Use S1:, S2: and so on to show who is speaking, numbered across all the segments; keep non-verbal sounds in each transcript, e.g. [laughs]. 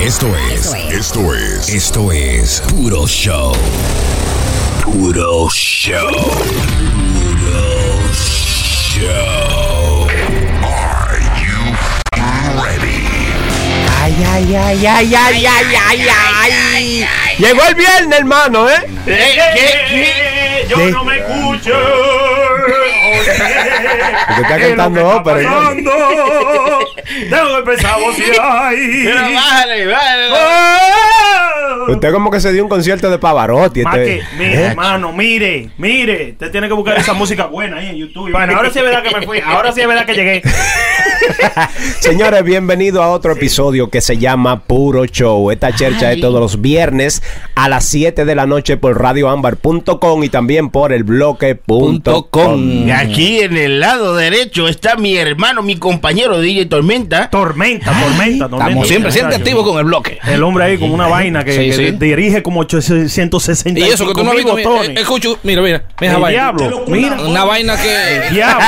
S1: Esto es, esto es, esto es Puro Show. Puro Show. Puro Show. Are you ready?
S2: Ay, ay, ay, ay, ay, ay, ay, ay. Llegó el viernes, hermano, ¿eh?
S3: eh, Yo
S2: Sí. [laughs]
S3: no me escucho. Oye,
S2: Porque está
S3: ¿qué es lo que
S2: cantando
S3: está
S2: ópera. ¿no?
S3: pasando? Tengo que empezar a vocear.
S4: Pero bájale, bájale.
S3: Oh.
S2: Usted como que se dio un concierto de Pavarotti.
S3: Más
S2: Este,
S3: que, mire,
S2: ¿eh?
S3: hermano, mire, mire. Usted tiene que buscar esa música buena ahí en YouTube. Bueno, ahora sí es verdad que me fui. Ahora sí es verdad que llegué.
S2: Señores, bienvenido a otro episodio que se llama Puro Show. Esta chercha es todos los viernes a las 7 de la noche por radioambar.com y también por el bloque.com.
S4: Y Aquí en el lado derecho está mi hermano, mi compañero DJ Tormenta.
S3: Tormenta, tormenta, tormenta.
S4: Estamos siempre, siempre activos con el bloque.
S3: El hombre ahí con una vaina que,
S4: Sí,
S3: que
S4: sí.
S3: dirige como 860
S5: Y eso que tú no has visto, mira, eh,
S3: botones.
S5: escucho, mira, mira, mira esa
S3: El
S5: vaina.
S3: diablo,
S5: Una-
S3: mira.
S5: Una, vaina [laughs] que
S3: Diablo.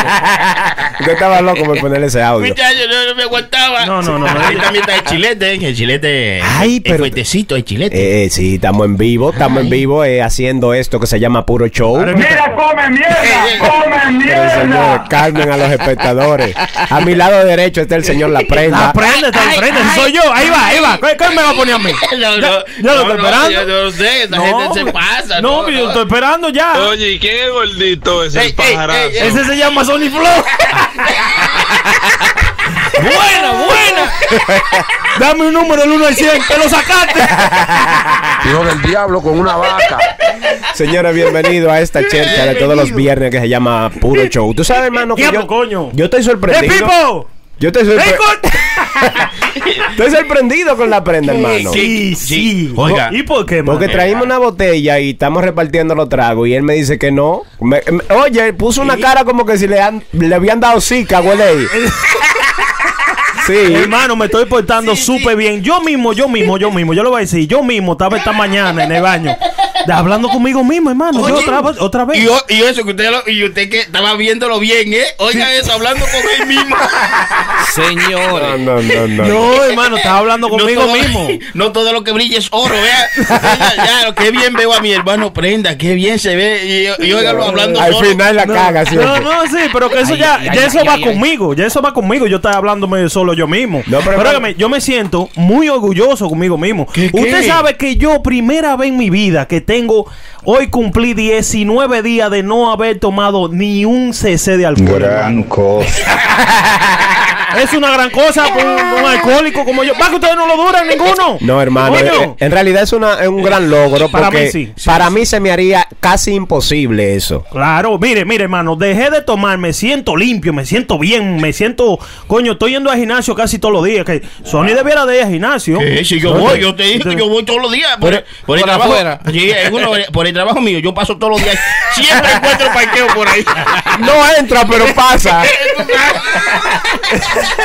S2: Yo estaba loco por ponerle ese audio.
S4: Muchacho, no, no me aguantaba.
S3: No, no, no.
S4: Ahí también está el chilete, el chilete.
S2: Ay, pero-
S4: El fuertecito, el chilete.
S2: Eh, eh, sí, estamos en vivo, estamos en vivo eh, haciendo esto que se llama Puro Show.
S3: Mira,
S6: come mierda, come
S2: Pero, señor, calmen a los espectadores. A mi lado derecho está el señor La
S4: eh,
S2: Prenda.
S3: Prende, está enfrente, ese soy yo. Ahí va, ahí va. ¿Qué, qué me va a poner a mí?
S4: [laughs] No,
S3: Ya-
S4: no,
S3: ya lo
S4: no,
S3: estoy
S4: no,
S3: esperando.
S4: yo no sé, esa gente se pasa.
S3: No, pero yo estoy esperando ya.
S7: Oye, ¿y quién es gordito? Es el
S4: Ey, ey,
S7: pajarazo.
S4: ey, ey.
S3: Ese se llama Sony
S4: [laughs]
S3: Flow.
S4: Buena, buena.
S3: Dame un número del 1 al 100, que lo sacaste.
S8: Hijo del diablo con una vaca.
S2: Señores, bienvenido a esta chercha de todos los viernes que se llama Puro Show. Tú sabes, hermano, que
S3: Diablo,
S2: yo,
S3: coño.
S2: yo estoy
S3: ¡Eh,
S2: sorprendido.
S3: Pipo!
S2: Yo estoy, sorpre-
S3: ¡Ey, corta!
S2: [laughs] estoy sorprendido con La Prenda, hermano.
S3: Sí, sí.
S4: Oiga.
S3: ¿Y por qué, man?
S2: Porque traímos una botella y estamos repartiendo los tragos y él me dice que no. Me- me- oye, puso una cara como que si le, han- le habían dado zika, güey.
S3: [laughs]
S2: Sí.
S3: Hermano, me estoy portando súper bien. Yo mismo, yo mismo, yo mismo. Yo lo voy a decir. Yo mismo estaba esta mañana en el baño. de- Hablando conmigo mismo, hermano. Yo otra, vez- otra vez.
S4: Y, o- y eso que usted, lo- y usted que estaba viéndolo bien, ¿eh? Oiga eso, hablando con él mismo.
S2: No,
S5: señores.
S2: no, no, no.
S3: [laughs] No, hermano, estaba hablando conmigo
S4: todo,
S3: mismo.
S4: No todo lo que brilla es oro, vea. Oiga, ya, qué bien veo a mi hermano Prenda, qué bien se ve. Y, y óigalo hablando
S2: Al
S4: solo.
S2: final la
S4: [laughs]
S2: caga siempre.
S3: No, no, sí, pero que eso
S5: Ay,
S3: ya,
S5: ay,
S3: ya
S5: ay,
S3: eso
S5: ay,
S3: va
S5: ay, ay.
S3: conmigo, ya eso va conmigo. Yo estaba hablándome solo yo mismo.
S2: No, pero-
S3: pero óigame, yo me siento muy orgulloso conmigo mismo.
S4: ¿Qué, qué?
S3: Usted sabe que yo primera vez en mi vida que tengo, hoy cumplí 19 días de no haber tomado ni un cc de alcohol. [laughs] Es una gran cosa por un, un alcohólico como yo. Va que ustedes no lo duran ninguno.
S2: No, hermano,
S3: Coño.
S2: eh, en realidad es, una, es un gran logro porque
S3: Para mí sí, sí,
S2: para mí se me haría casi imposible eso.
S3: Claro, mire, mire, hermano, dejé de tomar, me siento limpio, me siento bien, me siento, coño, estoy yendo al gimnasio casi todos los días. Que Sony debiera de ir al gimnasio.
S4: Eh, si yo
S3: Oye,
S4: voy, yo te digo,
S3: [laughs]
S4: yo voy todos los días. Por, el- por el
S5: por
S4: trabajo.
S5: afuera.
S4: Sí, es uno- por el trabajo mío, yo paso todos los días. Siempre encuentro parqueo por ahí.
S2: No entra, pero pasa.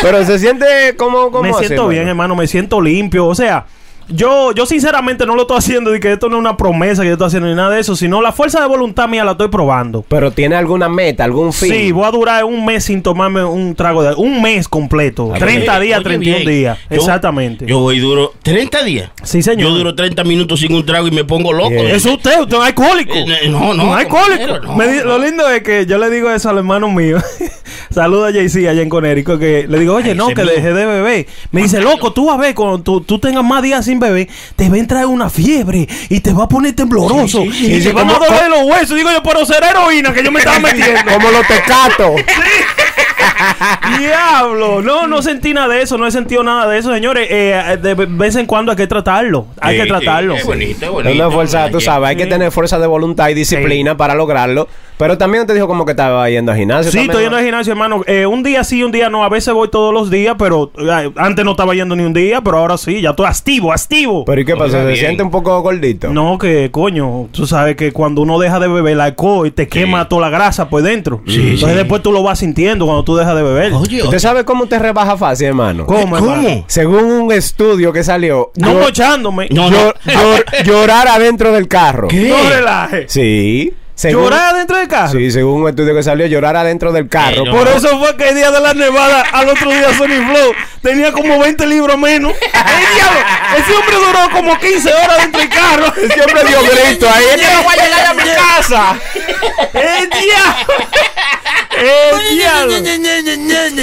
S2: pero se siente como como
S3: me siento bien, hermano, me siento limpio, o sea. Yo, yo sinceramente no lo estoy haciendo de que esto no es una promesa que yo estoy haciendo ni nada de eso, sino la fuerza de voluntad mía la estoy probando.
S2: Pero tiene alguna meta, algún fin.
S3: Sí, voy a durar un mes sin tomarme un trago de un mes completo, 30 días,
S4: Oye,
S3: 31
S4: bien.
S3: días,
S4: Yo-
S3: exactamente.
S4: Yo voy duro 30 días.
S3: sí, señor.
S4: Yo duro 30 minutos sin un trago y me pongo loco.
S2: Bien.
S3: Es usted, usted es un alcohólico.
S4: Eh, no, no,
S3: Un alcohólico.
S4: compañero, no,
S3: Me di- Lo
S4: no.
S3: lindo es que yo le digo eso al hermano mío. [laughs] Saluda a Jay-Z allá en Conérico. Que le digo, oye,
S4: Ay,
S3: no,
S4: ese
S3: que
S4: mío.
S3: dejé de beber. Me dice, loco, tú a ver, cuando tú, tú tengas más días sin beber, te va a entrar una fiebre y te va a poner tembloroso.
S2: sí,
S3: y
S2: sí,
S3: te vamos a
S2: como-
S3: doler los huesos. Digo yo, pero será heroína que yo me estaba metiendo.
S2: [laughs] como los
S3: [laughs]
S2: tecatos.
S3: Diablo. No, no sentí nada de eso. No he sentido nada de eso, señores. Eh, de vez en cuando hay que tratarlo. Hay que
S4: Sí,
S3: tratarlo.
S4: sí, Es bonito, es bonito.
S2: Es una fuerza, tú
S4: Sí.
S2: sabes, hay que tener fuerza de voluntad y disciplina para lograrlo. Pero también te dijo como que estaba yendo al gimnasio.
S3: Sí,
S2: también,
S3: estoy yendo
S2: ¿no?
S3: al gimnasio, hermano. Eh, un día sí, un día no. A veces voy todos los días, pero eh, antes no estaba yendo ni un día, pero ahora sí, ya estoy activo, activo.
S2: Pero ¿y qué pasa?
S4: Oiga,
S2: ¿Se
S4: bien.
S2: siente un poco gordito?
S3: no, que coño, tú sabes que cuando uno deja de beber el alcohol, te quema toda la grasa por dentro. Entonces después tú lo vas sintiendo cuando tú dejas de beber.
S4: Oye,
S2: ¿Usted sabe cómo te rebaja fácil, hermano?
S3: ¿Cómo? hermano?
S4: ¿cómo?
S2: Según un estudio que salió,
S3: No
S2: llor-
S3: mochándome.
S4: No,
S3: [laughs]
S2: llor- llor- llorar adentro del carro.
S3: No relaje.
S2: Sí. Según-
S3: ¿Llorar dentro del carro?
S2: Sí, según un estudio que salió, llorar adentro del carro.
S4: Eh, no.
S3: Por eso fue que el día de la nevada, al otro día Sony Flow tenía como 20 libros
S2: [laughs]
S3: menos. ¡Ey, diablo! Ese hombre duró como 15 horas dentro
S2: [laughs]
S3: del carro.
S2: Siempre dio grito ahí.
S3: ¡Yo no voy a llegar a mi casa! ¡El diablo! ¡El diablo!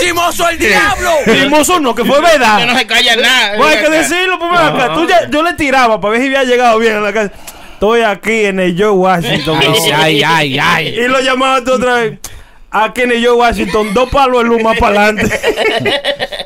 S5: ¡Chimoso el
S3: [laughs]
S5: diablo!
S3: Mimoso no, que fue
S4: Que no
S3: verdad.
S4: se calla nada.
S3: Pues hay que decirlo, pues ven acá. Tú ya- yo le tiraba para ver si había llegado bien a la casa. Estoy aquí en el Joe Washington.
S5: Ay, ay, ay, ay.
S3: Y lo llamaba tú otra vez. Aquí en el Joe Washington, dos palos de luz más
S5: [laughs]
S3: para adelante.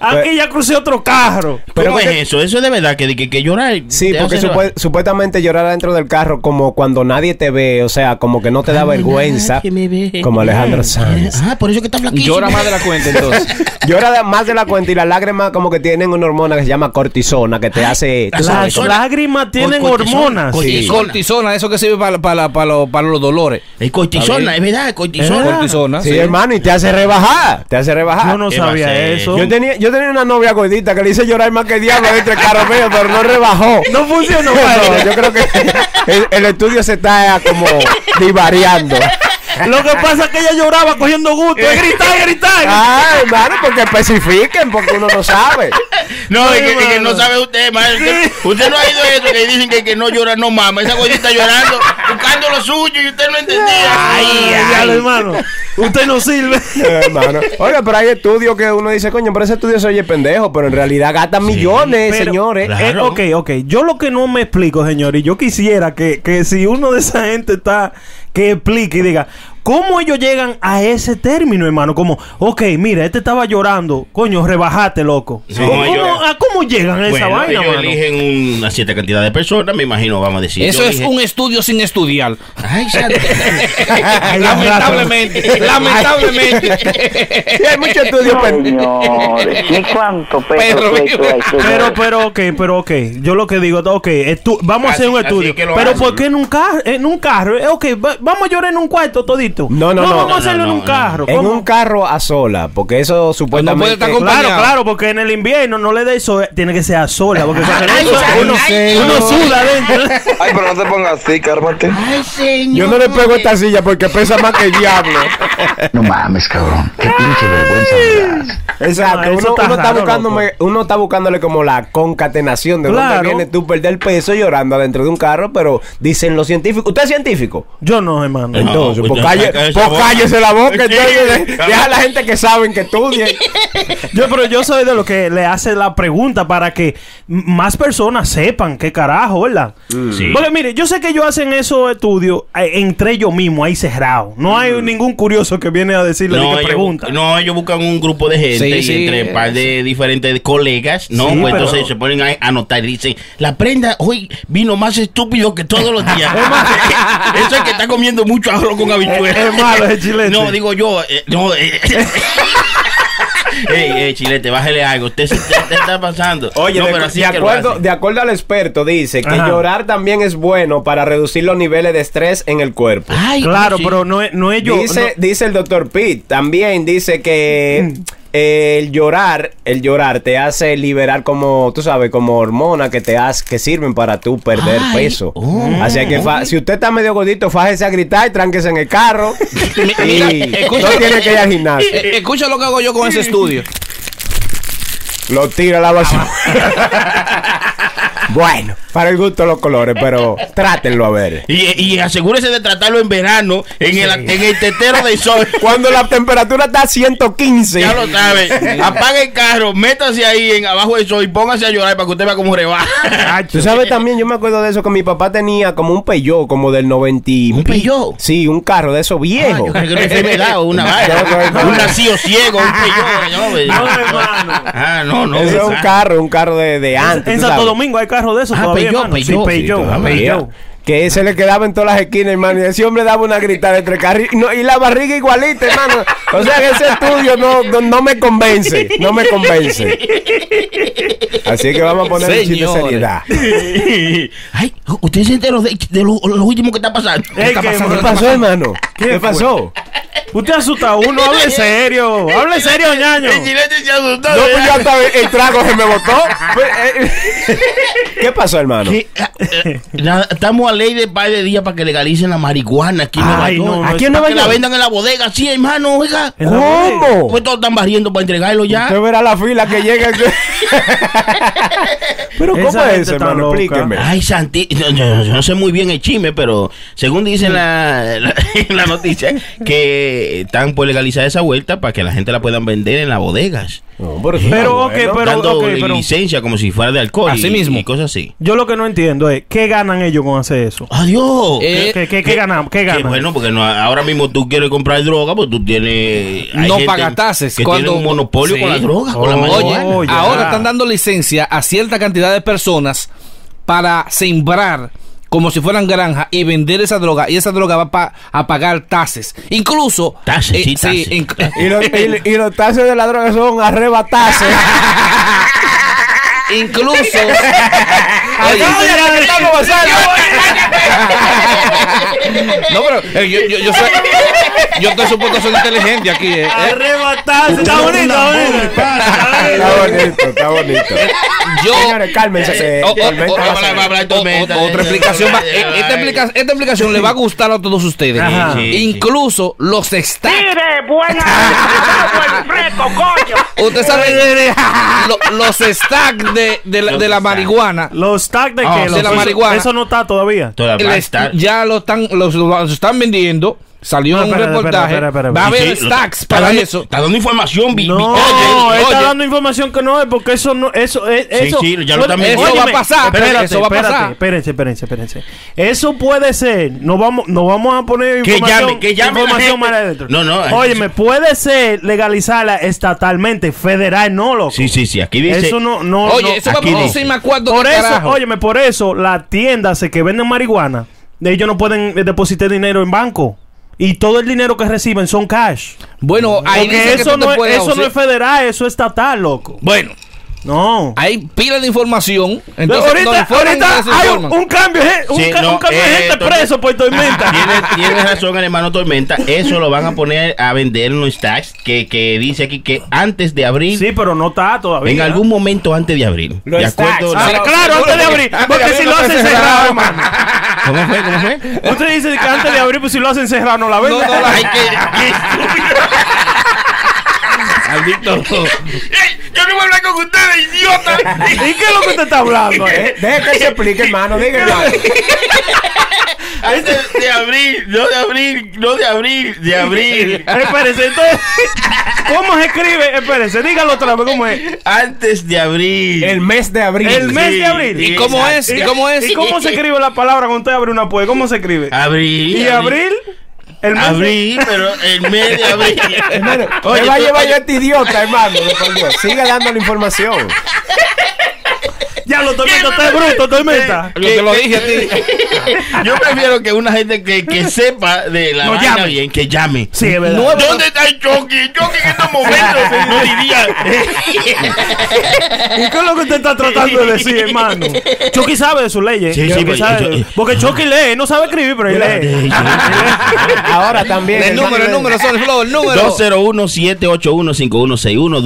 S3: Aquí ya crucé otro carro.
S4: Pero
S2: ¿Cómo
S4: es eso, eso es de verdad, que, que, que llorar.
S2: Sí,
S4: te
S2: porque
S4: hace-
S2: supue- supuestamente llorar adentro del carro como cuando nadie te ve, o sea, como que no te da vergüenza,
S4: nadie me ve.
S2: como Alejandro Sanz.
S4: Ah, por eso que está flaquísimo.
S5: Llora más de la cuenta entonces.
S2: [laughs] Llora de- más de la cuenta y las lágrimas como que tienen una hormona que se llama cortisona que te hace... tú
S4: la-
S2: sabes,
S3: Las
S4: cortisona.
S3: lágrimas tienen
S4: cortisona,
S3: hormonas.
S4: cortisona.
S5: Y cortisona, eso que sirve para, para, para, los, para los dolores.
S4: Es cortisona, es verdad, es cortisona.
S5: Cortisona.
S2: Sí,
S5: sí.
S2: hermano, y te hace rebajar, te hace rebajar.
S3: Yo no
S4: ¿Qué va a
S3: sabía
S4: ser?
S3: eso.
S2: Yo tenía, yo tenía una novia gordita que le hice llorar más que el diablo dentro del carro mío, pero no rebajó.
S3: No funcionó.
S2: No, yo creo que el, el estudio se está eh, como divariando.
S3: Lo que pasa es que ella lloraba cogiendo gusto. Y gritar, gritar.
S2: Ah, hermano, porque especifiquen, porque uno no sabe.
S4: [laughs] No,
S3: Ay,
S4: y que, y que
S3: mano.
S4: no sabe usted, más. Usted no ha ido a eso, que dicen que, que no llora, no mama. Esa gordita llorando, buscando lo suyo y usted no entendía.
S3: Ay, diablo, hermano. Usted no sirve.
S2: Eh, hermano. Oiga, pero hay estudios que uno dice, coño, pero ese estudio se oye pendejo, pero en realidad gastan millones,
S3: Pero-
S2: señores.
S3: Eh,
S4: Claro.
S3: ok, ok. Yo lo que no me explico, señor, y yo quisiera que, que si uno de esa gente está, que explique y diga, ¿cómo ellos llegan a ese término, hermano? Como, ok, mira, este estaba llorando, coño, rebajate, loco.
S4: Sí.
S3: ¿Cómo,
S4: No, yo-
S3: ¿A cómo llegan a esa
S4: Bueno,
S3: vaina,
S4: ellos
S3: mano?
S4: eligen una cierta cantidad de personas, me imagino, vamos a decir.
S5: Eso
S4: yo
S5: es
S4: dije-
S5: un estudio sin estudiar. [laughs]
S4: Ay, santo.
S5: lamentablemente, lamentablemente.
S2: [laughs] Sí, hay muchos estudios pendejo.
S6: Señores, ¿y cuánto
S5: Perro
S6: perro
S5: vivo.
S6: suelto hay,
S3: Pero,
S6: señores?
S3: pero, ok, pero, ok. Yo lo que digo, ok, estu- vamos a
S4: Así-
S3: hacer un
S4: así
S3: estudio.
S4: que lo
S3: Pero,
S4: hacen.
S3: ¿por qué en un carro? En un carro. Eh, ok, va- vamos a llorar en un cuarto todito.
S2: No, no, no.
S3: vamos
S2: No,
S3: a hacerlo
S4: no,
S3: en
S4: no,
S3: un carro.
S2: En
S3: ¿Cómo?
S2: un carro a sola, porque eso supuestamente...
S5: estar con-
S3: Claro,
S5: acompañado.
S3: claro, porque en el invierno no le da eso, eh, tiene que ser a sola,
S4: [laughs]
S3: porque con el sol
S4: ay,
S3: uno,
S4: ay,
S3: uno
S4: ay. [laughs]
S3: suda adentro.
S8: Ay, pero no te pongas así, cármate.
S4: Ay, señor.
S2: Yo no le pego esta silla porque pesa más que el diablo.
S9: No mames, cabrón. Qué pinche vergüenza me das.
S2: Exacto, uno,
S3: No, eso está
S2: uno está
S3: raro,
S2: buscándome- uno está buscándole como la concatenación de
S3: Claro.
S2: dónde viene tú perder peso llorando adentro de un carro, pero dicen los científicos. ¿Usted es científico?
S3: Yo no, hermano.
S4: No,
S2: Entonces,
S4: pues
S2: pues,
S4: ya
S2: calle-
S4: saca esa
S2: pues
S4: boca.
S2: cállese la boca,
S4: Sí,
S2: entonces, de-
S4: claro.
S2: deja a la gente que saben que estudien.
S3: [laughs] Yo, pero yo soy de los que le hace la pregunta para que m- más personas sepan qué carajo, ¿verdad?
S10: Mm.
S4: Sí.
S3: Porque mire, yo sé que ellos hacen esos estudios eh, entre ellos mismos, ahí cerrado. No hay ningún curioso que viene a decirle de
S4: Mm. No
S3: que
S4: ellos,
S3: pregunta.
S4: bu- no, ellos buscan un grupo de gente
S5: Sí,
S4: y
S5: sí,
S4: entre
S5: eh,
S4: un par de diferentes colegas, ¿no?
S3: Sí,
S4: Pues
S3: pero-
S4: entonces se ponen a a anotar y dicen, la prenda hoy vino más estúpido que todos los días. [laughs] Eso es que está comiendo mucho arroz con habichuelas.
S3: Es malo ese chilete.
S4: No, digo yo, eh, no, eh, Ey, ey, chilete, bájele algo. Usted se usted- usted está pasando.
S2: [laughs] Oye,
S4: No,
S2: de,
S4: pero así
S2: de
S4: es que lo
S2: acuerdo,
S4: hacen.
S2: de acuerdo al experto, dice que
S3: Ajá.
S2: llorar también es bueno para reducir los niveles de estrés en el cuerpo.
S4: Ay,
S3: Claro,
S4: sí.
S3: pero no, es- no ellos.
S2: dice, dice el doctor Pitt, también dice
S3: [clears throat]
S2: que eh, el llorar, el llorar te hace liberar como, tú sabes, como hormonas que te has, que sirven para tú perder
S4: Ay.
S2: peso.
S4: Oh.
S2: Así que fa- si usted está medio gordito, fájese a gritar y tránquese en el
S4: [laughs]
S2: carro. y
S5: Mira,
S2: no
S5: escucha-
S2: tiene que ir al gimnasio.
S5: Eh, Escucha lo que hago yo con ese estudio.
S2: Lo tira a la basura.
S4: Ah,
S2: [laughs] bueno, para el gusto de los colores, pero trátenlo a ver.
S4: Y, y asegúrese de tratarlo en verano, en, el, en el tetero del sol.
S2: [laughs] Cuando la temperatura está a 115.
S4: Ya
S2: [laughs]
S4: lo sabe. Apague el carro, métase ahí en abajo del sol y póngase a llorar para que usted vea
S5: [laughs]
S4: cómo rebaja.
S2: Tú sabes también, yo me acuerdo de eso que mi papá tenía como un Peugeot, como del 90. y
S4: ¿Un
S2: pi-
S4: Peugeot?
S2: Sí, un carro de esos
S4: Ah,
S2: viejos.
S4: yo creo que era una
S2: [laughs]
S4: enfermedad o una
S2: Yo creo
S4: vaina.
S2: que-
S4: un nacido ciego,
S3: [laughs]
S4: un peyote.
S3: No, hermano.
S4: Ah, no, no.
S2: Eso es un
S4: ah,
S2: carro, un carro de, de antes.
S3: En
S2: tú
S3: Santo
S2: sabes.
S3: Domingo hay carros de esos
S4: Ah,
S3: todavía,
S4: Peugeot,
S3: hermano. Sí,
S4: Peugeot, sí,
S3: Peugeot,
S4: todavía.
S3: Peugeot.
S2: Que se le quedaba en todas las esquinas, hermano. Y ese hombre daba una gritada entre carros y, no, y la barriga igualita, hermano. O sea que ese estudio no, no, no me convence. No me convence. Así que vamos a poner el chiste de
S5: Señores.
S2: seriedad.
S4: [laughs] Ay, usted se enteró de, de lo, lo último que está pasando.
S3: Ey,
S5: está
S3: que-
S5: pasando?
S2: ¿Qué
S5: ¿Qué
S2: pasó, hermano?
S3: ¿Qué
S2: ¿Qué
S3: fue?
S2: pasó?
S3: Usted asusta a uno,
S4: [laughs]
S3: hable serio. Hable serio, ñaño.
S4: El chilete se asustó.
S2: No, pues ya
S4: ¿verdad?
S2: hasta el trago
S3: [laughs]
S2: se me botó. Pues, eh, ¿Qué pasó, hermano?
S4: Que, ah, eh, nada, estamos ley de par de días para que legalicen la marihuana aquí en Nueva
S3: Ay,
S4: York.
S3: no, no,
S2: Aquí en
S4: Para
S2: Nueva
S4: que la
S2: York.
S4: vendan en la bodega, sí, hermano, oiga.
S3: En la
S2: ¿Cómo?
S4: Pues todos están barriendo para entregarlo ya.
S2: Usted verá la fila que llega. Pero
S3: Esa
S2: ¿cómo es
S3: gente
S2: eso,
S3: está
S2: hermano?
S3: loca.
S2: Explíqueme.
S4: Ay, Santi, yo, yo- yo no sé muy bien el chisme, pero según dice la, [laughs] la, la noticia, que están por legalizar esa vuelta para que la gente la puedan vender en las bodegas.
S2: No, pero, eso
S3: Pero,
S2: está bueno.
S3: ok, pero-
S4: dando
S3: ok, pero-
S4: licencia como si fuera de alcohol
S5: Así
S4: y,
S5: mismo.
S4: y cosas así.
S3: Yo lo que no entiendo es, ¿qué ganan ellos con hacer eso?
S4: Adiós.
S5: Eh,
S3: ¿Qué, qué, qué, qué ganamos? ¿Qué
S4: Que
S3: ganan?
S4: bueno, porque no, ahora mismo tú quieres comprar droga, pues tú tienes. hay
S5: No
S4: gente
S5: paga taxes.
S4: Que
S5: Cuando-
S4: tiene un monopolio
S5: Sí.
S4: con la droga, con la
S3: Oh,
S4: marihuana.
S3: oye. ya.
S5: Ahora están dando licencia a cierta cantidad de personas para sembrar como si fueran granjas y vender esa droga. Y esa droga va pa- a pagar tases. Incluso. eh,
S4: Taxes, sí, taxes. [laughs]
S5: inc-
S2: Y los, y, y los tases de la droga son arrebatases.
S5: [laughs] incluso. Oye, [laughs] no, pero eh, yo, yo, yo soy- yo estoy supuesto soy inteligente aquí. eh.
S3: Arrebatarse. Está bonito, está
S2: está bonito, está bonito.
S5: Yo.
S2: Señores, cálmense. que
S5: Eh, o- o-
S2: tormenta va a
S5: o-
S2: salir.
S4: va a hablar tormenta.
S5: o- Otra explicación. va- eh, Esta explica- esta explicación le va a gustar a todos ustedes.
S3: Ajá.
S4: Sí, sí.
S5: Incluso los stacks.
S6: Mire,
S5: [laughs]
S6: buena. buen fresco, coño.
S5: Usted sabe lo- los stacks de, de la,
S4: Los
S5: de la
S4: stacks.
S5: marihuana.
S3: Los stacks de
S5: Ah,
S3: que
S5: de
S3: los-
S5: la
S3: eso-
S5: marihuana.
S3: Eso no está todavía.
S4: Todavía va a
S5: el
S4: estar-
S5: est- ya lo están, los, los están vendiendo. Salió
S3: No,
S5: un
S3: espera, espera,
S5: reportaje.
S3: espera, espera,
S5: Va a
S4: Sí,
S5: haber
S4: sí, lo-
S5: stacks
S4: está
S5: para
S4: dando-
S5: eso.
S4: Está dando información, vi- vi-
S3: No,
S4: oye,
S3: está
S4: oye.
S3: dando información que no es porque eso no eso es
S4: Sí,
S3: eso.
S4: sí, ya lo están
S3: Óyeme,
S5: Eso va a pasar,
S3: Espérate,
S5: eso va a
S3: espérate,
S5: pasar.
S3: espérense, espérense, espérense. Eso puede ser. No vamos no vamos a poner
S4: Que
S3: información,
S4: llame, que llame la
S3: información
S4: gente.
S3: mal adentro.
S4: No, no, eh,
S3: Óyeme, puede ser legalizarla estatalmente, federal no, loco.
S4: Sí, sí, sí. Aquí dice.
S3: Eso no no
S5: Oye,
S3: no.
S5: eso va a
S4: aquí
S5: pasar.
S4: dice.
S5: Sí, me acuerdo
S3: Por
S5: qué
S3: eso,
S5: carajo.
S3: óyeme, por eso las tiendas que venden marihuana, ellos no pueden eh, depositar dinero en banco. Y todo el dinero que reciben son cash.
S5: Bueno, ahí
S3: Porque
S5: dice que
S3: eso,
S5: tú te
S3: no, es,
S5: puedes
S3: eso no
S5: auxiliar.
S3: es federal, eso es estatal, loco.
S5: Bueno,
S3: No.
S5: hay pila de información. Entonces,
S3: ahorita
S5: nos informan y
S3: ahorita hay un,
S5: desinforman.
S3: un cambio, eh, un,
S4: Sí,
S3: ca-
S4: no,
S3: un cambio
S4: eh,
S3: de gente
S4: entonces-
S3: preso por tormenta.
S4: Tienes
S3: [laughs]
S4: tienes razón, el hermano Tormenta. Eso lo van a poner a vender en los stacks que, que dice aquí que antes de abrir,
S3: sí, pero no está todavía.
S4: en algún momento antes de abrir.
S2: Los
S4: de
S2: stacks.
S4: la-
S3: Ah,
S5: Claro,
S3: claro,
S5: seguro,
S3: antes
S5: porque-
S3: de abrir.
S5: antes de
S3: Porque
S5: abrir
S3: si
S5: no
S3: lo
S5: está
S3: hacen
S5: cerrado,
S3: cerrado,
S5: hermano.
S3: hermano.
S4: ¿Cómo fue? ¿Cómo fue?
S3: Usted dice que antes de abrir, pues si lo hacen cerrado, no la venden.
S5: No, no la-
S4: Ay, que-
S3: [laughs]
S4: que-
S7: Yo
S4: Maldito.
S7: no voy a hablar con ustedes, idiota.
S3: ¿Y qué es lo que usted está hablando? eh?
S2: Eh, Deje que se explique, hermano. Dígale.
S4: Antes de abrir, no de abrir, no de abrir, de abrir.
S3: Espérese, entonces, ¿cómo se escribe? Espérese, dígalo otra vez, ¿cómo es?
S4: Antes de abrir.
S2: El mes de abril.
S3: El mes de abril.
S5: ¿Y cómo es? ¿Y cómo es?
S3: ¿Y cómo se escribe la palabra cuando usted abre una puerta? ¿Cómo se escribe?
S4: Abrir.
S3: ¿Y abril? El mes de-
S4: Abrir, pero el mes de abril.
S2: Hermano,
S4: Oye,
S2: me va a
S4: tú-
S2: llevar yo a este idiota, hermano. por Dios. Siga dando la información.
S3: Ya lo tormenta, está bruto, tormenta.
S5: Yo te lo dije a ti.
S4: [laughs] Yo prefiero que una gente que, que sepa de la
S3: No
S4: vaina
S3: llame.
S4: bien, que llame.
S3: Sí, es verdad.
S4: ¿Dónde está el Chucky? Chucky en estos
S3: [laughs]
S4: momentos no diría.
S3: ¿Y qué es lo que usted está tratando de decir, hermano? Chucky sabe de sus leyes.
S4: Sí, sí,
S3: Chucky
S4: pero-
S3: sabe.
S4: yo- yo-
S3: porque Chucky lee, no sabe escribir, pero él lee. [laughs]
S2: Ahora también.
S5: El
S2: hermano,
S5: número, el número, son el flow, el número.
S4: 201-781-5161,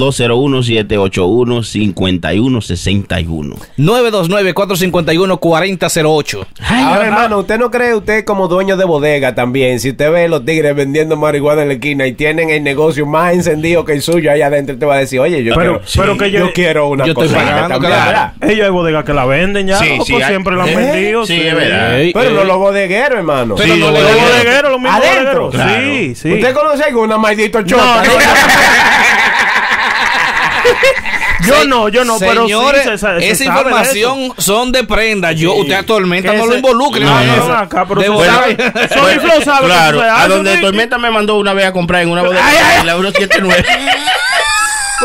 S4: 201-781-5161.
S5: 929-451-4008.
S2: Ahora, hermano, usted no cree, usted como dueño de bodega también. Si usted ve los tigres vendiendo marihuana en la esquina y tienen el negocio más encendido que el suyo allá adentro, te va a decir, oye, yo,
S3: Pero-
S2: quiero,
S3: pero que yo-
S2: yo quiero una
S5: yo estoy
S2: cosa.
S5: pagando,
S2: también,
S5: claro.
S2: ¿verdad?
S3: Ellos hay bodegas que la venden ya.
S4: Sí,
S3: loco,
S4: sí, hay-
S3: siempre la han
S2: ¿Eh?
S3: vendido.
S4: Sí, es verdad.
S5: Ey,
S2: Pero
S5: ey.
S2: no los bodegueros, hermano.
S5: Pero
S4: Sí,
S5: no
S4: yo
S5: le
S3: Los
S4: voy a-
S3: bodegueros, los mismos
S2: Adentro,
S3: bodegueros.
S4: claro.
S3: Sí, sí.
S2: ¿Usted conoce alguna maldito chota?
S3: no, Yo no, yo no, pero sí,
S5: Señores,
S3: se sa- se
S5: esa
S3: sabe de
S5: información son de prenda. Yo, usted a Tormenta
S3: Que
S5: no lo
S3: se-
S5: involucre.
S3: No,
S5: hermano.
S3: no, no, acá, pero
S5: De
S3: se
S5: volada. [laughs]
S3: sabe. Sony Flow sabe que
S4: Claro,
S3: sucede.
S4: a
S3: Ah,
S4: donde
S3: sí.
S4: Tormenta me mandó una vez a comprar en una bodega en la Euro 79.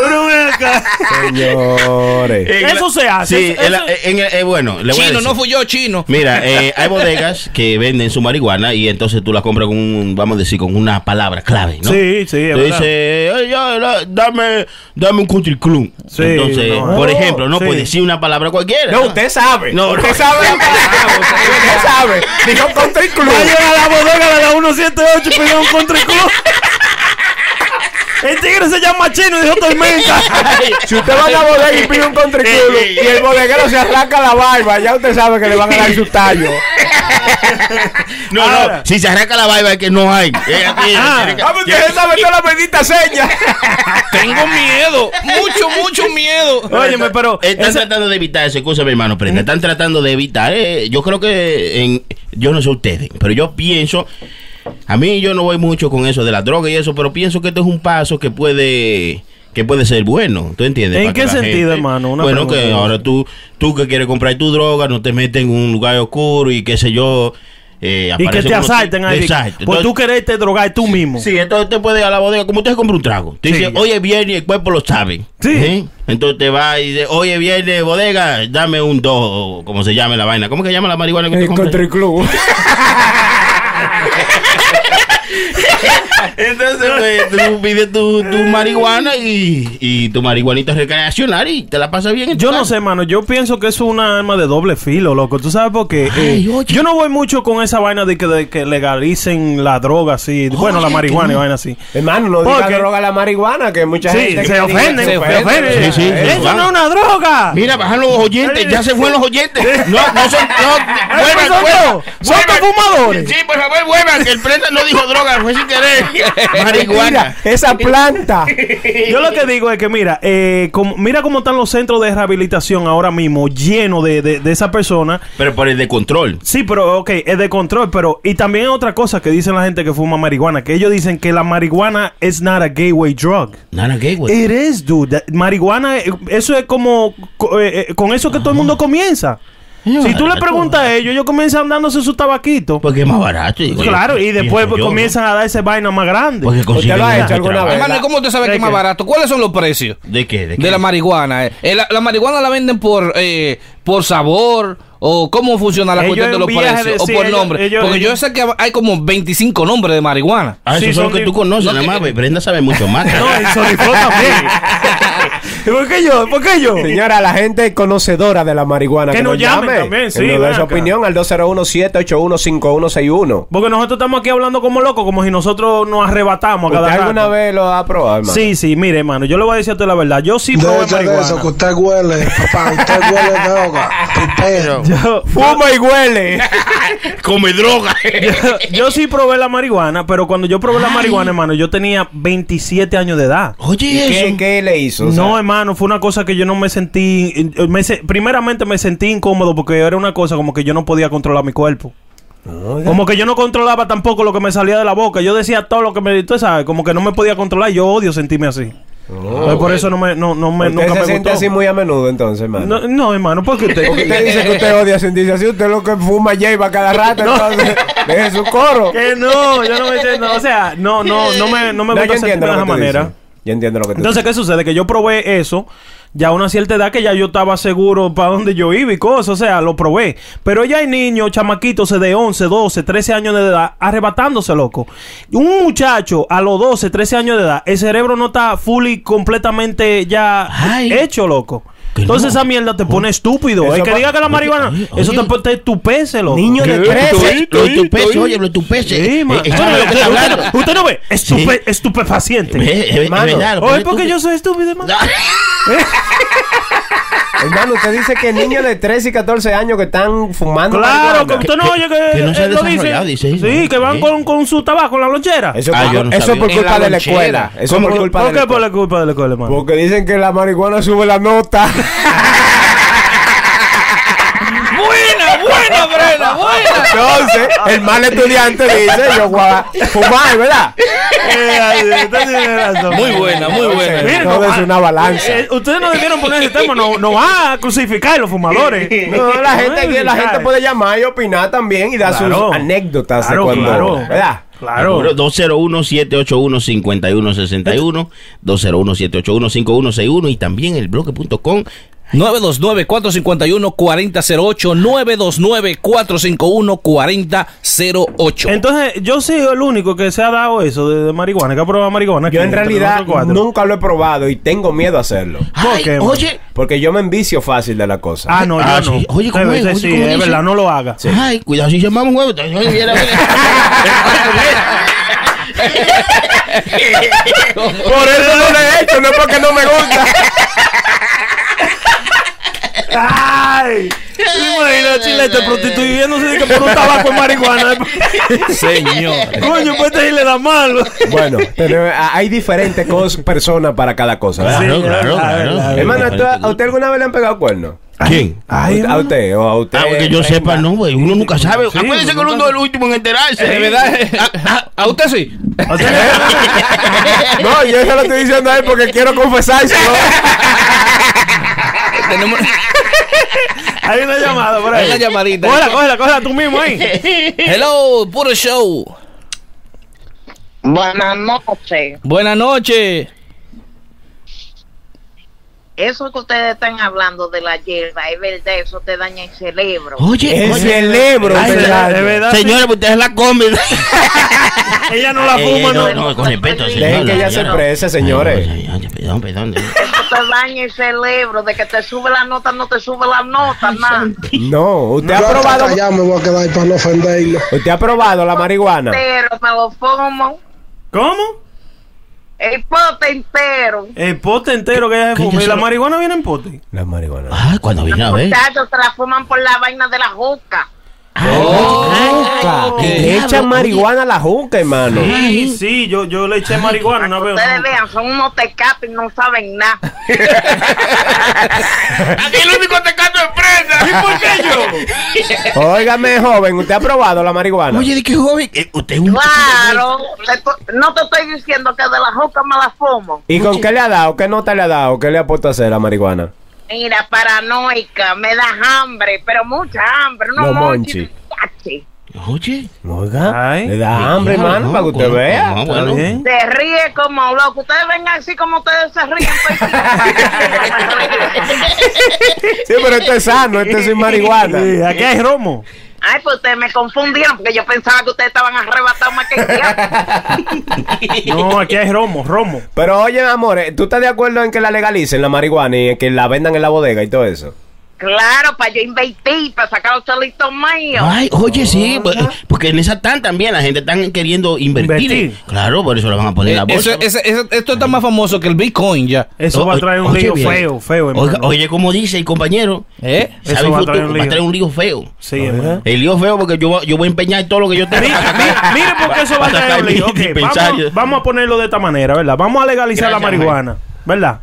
S3: Pero ven acá.
S2: Señores.
S4: En la-
S3: Eso se hace,
S4: Sí,
S3: eso-
S4: en la- en el- eh, bueno, le voy a
S5: Chino,
S4: decir.
S5: no fui yo, chino.
S4: Mira, eh, hay
S3: [laughs]
S4: bodegas que venden su marihuana y entonces tú la compras con, un, vamos a decir, con una palabra clave, ¿no?
S3: Sí, sí, es
S4: Tú
S3: verdad.
S4: dices, "Ey, ya, la- dame, dame un country club.
S3: Sí,
S4: entonces,
S3: no.
S4: por ejemplo, no
S3: Sí.
S4: puede decir una palabra cualquiera.
S2: No, usted sabe.
S4: No, no.
S2: usted sabe. la palabra, usted
S4: [laughs]
S2: sabe. Dijo contra el club.
S3: Va a llegar a la bodega de la 178 y pegar un contra el culo. El tigre se llama chino y dijo tormenta.
S2: Si usted va a la bodega y pide un contriculo
S4: [laughs]
S2: y el bodeguero se arranca la barba, ya usted sabe que le van a dar su tallo.
S4: No, no, si se arranca la barba es que no
S2: [laughs]
S4: hay. Eh, aquí, tiene que-
S2: Ah, pues usted sabe todas las benditas señas.
S5: Tengo miedo, mucho, mucho miedo.
S3: Óyeme, pero.
S4: Están
S3: ese-
S4: tratando de evitar eso, escúchame hermano, pero están tratando de evitar, eh, yo creo que en, yo no sé ustedes, pero yo pienso, a mí yo no voy mucho con eso de la droga y eso, pero pienso que esto es un paso que puede que puede ser bueno, ¿tú entiendes?
S3: ¿En
S4: Para
S3: qué
S4: que la
S3: sentido, hermano? Una
S4: bueno, que
S3: pregunta.
S4: ahora tú, tú que quieres comprar tu droga, no te metes en un lugar oscuro y qué sé yo. eh,
S3: Y que
S4: aparece
S3: te
S4: uno-
S3: asalten ahí.
S4: Exacto.
S3: Pues tú
S4: Entonces-
S3: quererte drogar tú mismo.
S4: Sí, entonces usted puede ir a la bodega, como usted compra un trago. Te
S3: Sí.
S4: dice, hoy es viernes y el cuerpo lo sabe.
S3: Sí.
S4: ¿Eh? Entonces te va y dice, hoy es viernes, bodega, dame un dos, o como se llame la vaina. ¿Cómo que llama la marihuana que usted compra? [laughs]
S2: club.
S4: [laughs] Entonces pues,
S3: [laughs]
S4: tú pides tu, tu marihuana y, y tu marihuanita recreacional y te la pasa bien. en tu
S3: Yo no
S4: casa.
S3: sé, mano. Yo pienso que es una arma de doble filo, loco. ¿Tú sabes por qué? Eh, yo no voy mucho con esa vaina de que, de que legalicen la droga así. bueno, la marihuana y vaina así.
S2: Hermano, no diga
S3: Porque-
S2: droga la marihuana, que mucha
S3: Sí,
S2: gente.
S3: se ofenden. Se
S5: ofenden.
S3: ofenden.
S4: Sí, sí, se
S3: Eso
S4: ofenden.
S3: no es una droga.
S4: Mira, bajan los oyentes, ya se fueron los oyentes. No, no son. No,
S3: [laughs] Ay, pues,
S4: vuelvan,
S3: son
S4: vuelvan.
S3: dos, son dos fumadores.
S4: Sí, por favor, vuelvan, que el prenda no dijo droga, fue sin
S3: [laughs]
S4: querer.
S2: Mira,
S10: [laughs]
S4: Marihuana.
S2: esa planta.
S3: Yo lo que digo es que mira, eh, como- mira cómo están los centros de rehabilitación ahora mismo, llenos de, de, de esa persona.
S4: Pero por el de control.
S3: Sí, pero ok, es de control, pero... Y también hay otra cosa que dicen la gente que fuma marihuana, que ellos dicen que la marihuana es not a gateway drug.
S4: Nana gay, güey.
S3: It is, dude. That- marihuana, eh, eso es como... co- eh, eh, con eso que todo el mundo comienza. Si tú le preguntas a ellos, ellos comienzan dándose su tabaquito.
S4: Porque es más barato. digo yo.
S3: claro, y después
S4: Pienso yo,
S3: comienzan a dar ese vaina más grande.
S4: ¿no? Porque consiguen
S2: lo ha
S4: más
S2: hecho alguna
S4: trabajo.
S2: vez?
S5: Hermano, ¿y ¿cómo te sabes
S3: ¿De
S5: que es más
S3: qué?
S5: barato? ¿Cuáles son los precios?
S4: ¿De qué? ¿De qué?
S5: De la marihuana. eh. Eh, la, la marihuana la venden por eh, por sabor o cómo funciona la
S3: Ellos
S5: cuestión de los
S3: envían,
S5: precios
S3: sí,
S5: o por
S3: ellos-
S5: nombre.
S3: ellos-
S5: Porque yo
S3: ellos-
S5: sé que hay como 25 nombres de marihuana.
S4: Ah, eso
S3: Sí,
S4: son los
S3: son
S4: que
S3: de-
S4: tú conoces, nada más. Brenda sabe mucho más.
S3: [laughs]
S4: [laughs]
S3: No, el Soniflor
S2: [laughs]
S3: también. ¿Y ¿Por qué yo? ¿Por qué yo?
S2: Señora, la gente conocedora de la marihuana.
S3: Que nos llamen también, sí,
S2: Que nos den
S3: ven
S2: su
S3: acá.
S2: opinión al 201-781-5161.
S3: Porque nosotros estamos aquí hablando como locos, como si nosotros nos arrebatamos a
S2: ¿Usted
S3: cada rato.
S2: alguna vez lo ha probado, hermano?
S3: Sí, sí, mire, hermano, yo le voy a decirte la verdad. Yo sí probé
S11: Deja de
S3: marihuana.
S11: eso, que usted huele, papá. Usted huele droga.
S3: [laughs]
S11: Prepare.
S3: Yo,
S2: [laughs] Fuma y
S3: [laughs]
S2: huele. [laughs]
S4: Come droga.
S3: yo sí probé la marihuana, pero cuando yo probé la marihuana, hermano, yo tenía 27 años de edad.
S4: Oye,
S2: ¿Qué,
S4: eso.
S2: qué le hizo? O sea,
S3: No, hermano, fue una cosa que yo no me sentí. eh, me se- primeramente me sentí incómodo porque era una cosa como que yo no podía controlar mi cuerpo. Como que yo no controlaba tampoco lo que me salía de la boca. Yo decía todo lo que me. Tú sabes, como que no me podía controlar. Yo odio sentirme así. Entonces, por eso no me. No, no me
S2: usted
S3: nunca
S2: se
S3: me
S2: siente
S3: gustó.
S2: así muy a menudo, entonces, hermano.
S3: no, no, hermano, porque usted.
S2: Porque usted dice que usted odia sentirse así. Usted lo que fuma lleva cada
S3: [laughs]
S2: rato, entonces. Deje su coro.
S3: que no, yo no me siento. O sea, no, no, no me, no me
S2: No,
S3: gusta sentirme de esa
S2: tú
S3: manera.
S2: dices. Yo entiendo lo que tú
S3: Entonces, ¿qué sucede? Que yo probé eso ya a una cierta edad que ya yo estaba seguro para dónde yo iba y cosas, o sea, lo probé. Pero ya hay niños, chamaquitos de 11, 12, 13 años de edad arrebatándose, loco. Un muchacho a los 12, 13 años de edad, el cerebro no está fully completamente ya
S4: Ay.
S3: hecho, loco.
S4: Que
S3: Entonces
S4: no.
S3: esa mierda te pone estúpido.
S2: Eso
S3: el que
S2: pa-
S3: diga que la marihuana,
S4: oye,
S3: eso te,
S4: oye.
S3: pone- te estupece, loco.
S2: Niño de
S4: Lo
S2: 13.
S4: estupe- Lo estupece, oye, lo estupece.
S3: Sí, man.
S4: Eh, eh, sabe lo que está
S3: Usted-
S4: hablando.
S3: usted, usted no ve, Estupe- estupefaciente.
S4: Eh, eh, es verdad, lo
S3: Oh, es
S4: pone
S3: porque
S4: tú-
S3: yo soy
S10: [laughs]
S3: estúpido, hermano.
S2: [laughs] Hermano, usted dice que niños de 13 y 14 años que están fumando.
S3: Claro,
S2: marihuana.
S3: que usted no
S4: Que-
S3: oye que,
S4: que no se ha
S3: él lo
S4: desarrollado, dice,
S3: Sí,
S4: ¿no?
S3: que van
S4: Sí.
S3: con, con su tabaco en la lonchera.
S2: Eso,
S4: Ah,
S2: por-
S4: yo no
S2: eso
S4: sabía.
S2: por
S5: En
S2: culpa
S5: la
S2: de la
S5: lonchera.
S2: escuela. Eso por culpa de
S3: ¿Por
S2: la
S3: qué por
S2: escuela.
S3: la culpa de la escuela, hermano?
S2: Porque dicen que la marihuana sube la
S3: [laughs]
S2: nota.
S5: Buena,
S3: [laughs]
S5: buena, Brena, buena.
S2: Entonces, el mal estudiante dice, yo voy a fumar, ¿verdad?
S3: Eh, ay, usted tiene razón.
S5: Muy buena, muy buena.
S3: Miren,
S2: Todo
S3: no,
S2: es
S3: ah,
S2: una balanza.
S3: eh, ustedes no debieron poner
S2: [laughs]
S3: ese tema, no, no va a crucificar a los fumadores. eh,
S2: No, la gente aquí, la gente
S3: crucificar.
S2: puede llamar y opinar también y dar
S3: Claro.
S2: sus anécdotas
S3: Claro,
S2: de cuando,
S3: claro.
S2: ¿verdad?
S3: Claro.
S4: 201-781-5161, 201-781-5161 y también el bloque.com.
S5: 929-451-4008. 929-451-4008.
S3: Entonces, yo soy el único que se ha dado eso de, de marihuana, que ha probado marihuana.
S2: Yo
S3: aquí,
S2: en
S3: entre
S2: realidad
S3: nosotros cuatro.
S2: nunca lo he probado y tengo miedo a hacerlo.
S4: Ay,
S3: qué, man?
S4: oye,
S2: Porque yo me envicio fácil de la cosa.
S3: Ah, no,
S4: Ah,
S3: yo no.
S4: sí. Oye, ¿cómo
S3: Pero
S4: es?
S3: ese
S4: Oye,
S3: sí,
S4: ¿cómo
S3: es
S4: dice? [laughs]
S3: verdad, no lo haga.
S4: ay, cuidado si llamamos huevo.
S2: Por eso no lo he hecho, no es porque no me gusta.
S3: ¡Ay! Imagina Chilete prostituyéndose
S2: [laughs]
S3: de que por un tabaco de marihuana.
S5: Señor.
S3: Coño, pues te le da malo.
S2: Bueno, tenemos- a- hay diferentes cos- personas para cada cosa, ¿verdad?
S4: Claro, claro,
S3: claro,
S4: claro.
S3: claro.
S2: Hermano, ¿tú- ¿a usted alguna vez le han pegado cuerno?
S4: ¿Quién?
S3: Ay,
S2: a usted, o a usted.
S4: Ah, que yo sepa, no, güey. Uno nunca Ah, sabe.
S2: pues,
S3: Sí,
S4: Acuérdense que
S3: uno
S4: uno es el último en enterarse. Ah,
S5: De verdad.
S4: [laughs]
S5: A, a usted sí.
S3: O sea,
S2: No, yo eso lo estoy diciendo a él porque quiero
S4: [laughs]
S2: confesárselo.
S5: Tenemos
S3: hay una llamada por
S5: hay
S3: ahí.
S5: una llamadita.
S3: Cógela, cógela, cógela tú mismo ahí.
S5: [laughs] Hello, puro show.
S7: Buenas noches.
S5: Buenas noches.
S7: Eso que ustedes están hablando de la hierba, es verdad, eso te daña el cerebro.
S4: Oye,
S2: El
S4: oye.
S2: cerebro,
S3: Ay,
S2: ¿verdad?
S3: de verdad.
S4: Señora, pues ustedes la comen.
S3: [laughs] Ella no la
S4: Eh,
S3: fuma,
S4: no,
S3: no.
S4: no, con respeto,
S7: Dejen
S4: señora,
S2: que ella se
S4: señora.
S2: exprese, señores.
S4: Ay, ay, ay, Perdón, perdón.
S7: Eso te daña el cerebro, de que te sube la nota, no te sube la nota, nada.
S2: No, usted
S12: Yo
S2: ha
S12: hasta
S2: probado.
S12: callado me voy a quedar para no ofenderlo.
S2: Usted ha probado la marihuana.
S7: Pero me lo fumo,
S3: ¿Cómo?
S7: el pote entero.
S3: El pote entero que ella se
S4: Que
S3: fuma.
S4: yo
S3: ¿Y la
S4: solo-
S3: marihuana viene en pote?
S2: La marihuana.
S4: Ah, cuando vine a ver.
S7: Muchachos, se la fuman por la vaina de la juca.
S2: Yuca. Le echan marihuana a la junca, hermano.
S3: Sí, sí, yo, yo le eché marihuana una vez.
S7: Ustedes vean, son unos tecatos y no saben
S10: [laughs]
S7: nada.
S10: Aquí el único tecato es presa. ¿Y por qué yo? Oh,
S2: Óigame, joven, ¿usted ha probado la marihuana?
S4: Oye, ¿de qué joven? Eh, Usted es un.
S7: Claro, te to- no te estoy diciendo que de la juca me la fumo.
S2: ¿Y con qué le ha dado? ¿Qué nota le ha dado? ¿Qué le ha puesto a hacer la marihuana?
S7: Mira, paranoica, me da hambre, pero mucha hambre, no,
S2: No
S7: monchi.
S2: monchi.
S7: tachi.
S4: Oye.
S2: Oiga,
S3: Ay.
S2: le da hambre,
S4: Claro,
S2: hermano,
S4: no,
S2: para que usted
S4: con-
S2: vea.
S4: no,
S3: Está
S4: bueno.
S3: bien.
S7: Se ríe como loco. Ustedes vengan así como ustedes se ríen. pues, sí.
S2: [laughs] Sí, pero esto es sano, esto es sin marihuana.
S3: Sí, aquí hay romo.
S7: [laughs] Ay, pues ustedes me confundieron porque yo pensaba que ustedes estaban arrebatados más que yo.
S2: [laughs]
S3: No, aquí hay romo, romo.
S2: Pero oye, amor, eh, ¿tú estás de acuerdo en que la legalicen la marihuana y que la vendan en la bodega y todo eso?
S7: Claro, para yo invertir, para sacar los solitos míos.
S4: Ay, oye, sí, po- porque en esa tan también la gente está queriendo invertir.
S3: Invertir.
S4: Claro, por eso la van a poner
S5: Eh,
S4: en la bolsa.
S5: eso- eso- eso- esto está más famoso que el Bitcoin ya.
S3: Eso
S4: O-
S3: va a traer un
S4: oye,
S3: lío
S4: bien.
S3: feo, feo, hermano.
S4: Oiga, oye, como dice el compañero,
S5: ¿Eh?
S3: Eso
S4: ¿sabe el
S3: va a
S4: futuro?
S3: traer un
S4: va a
S3: lío.
S4: traer un lío feo.
S3: Sí, hermano.
S4: El lío feo porque yo, yo voy a empeñar todo lo que yo tengo.
S3: Mire, mire- mire por
S4: [laughs]
S3: qué eso va a traer un lío. Ok, vamos, vamos a ponerlo de esta manera, ¿verdad? Vamos a legalizar la
S4: Gracias,
S3: marihuana, ¿verdad?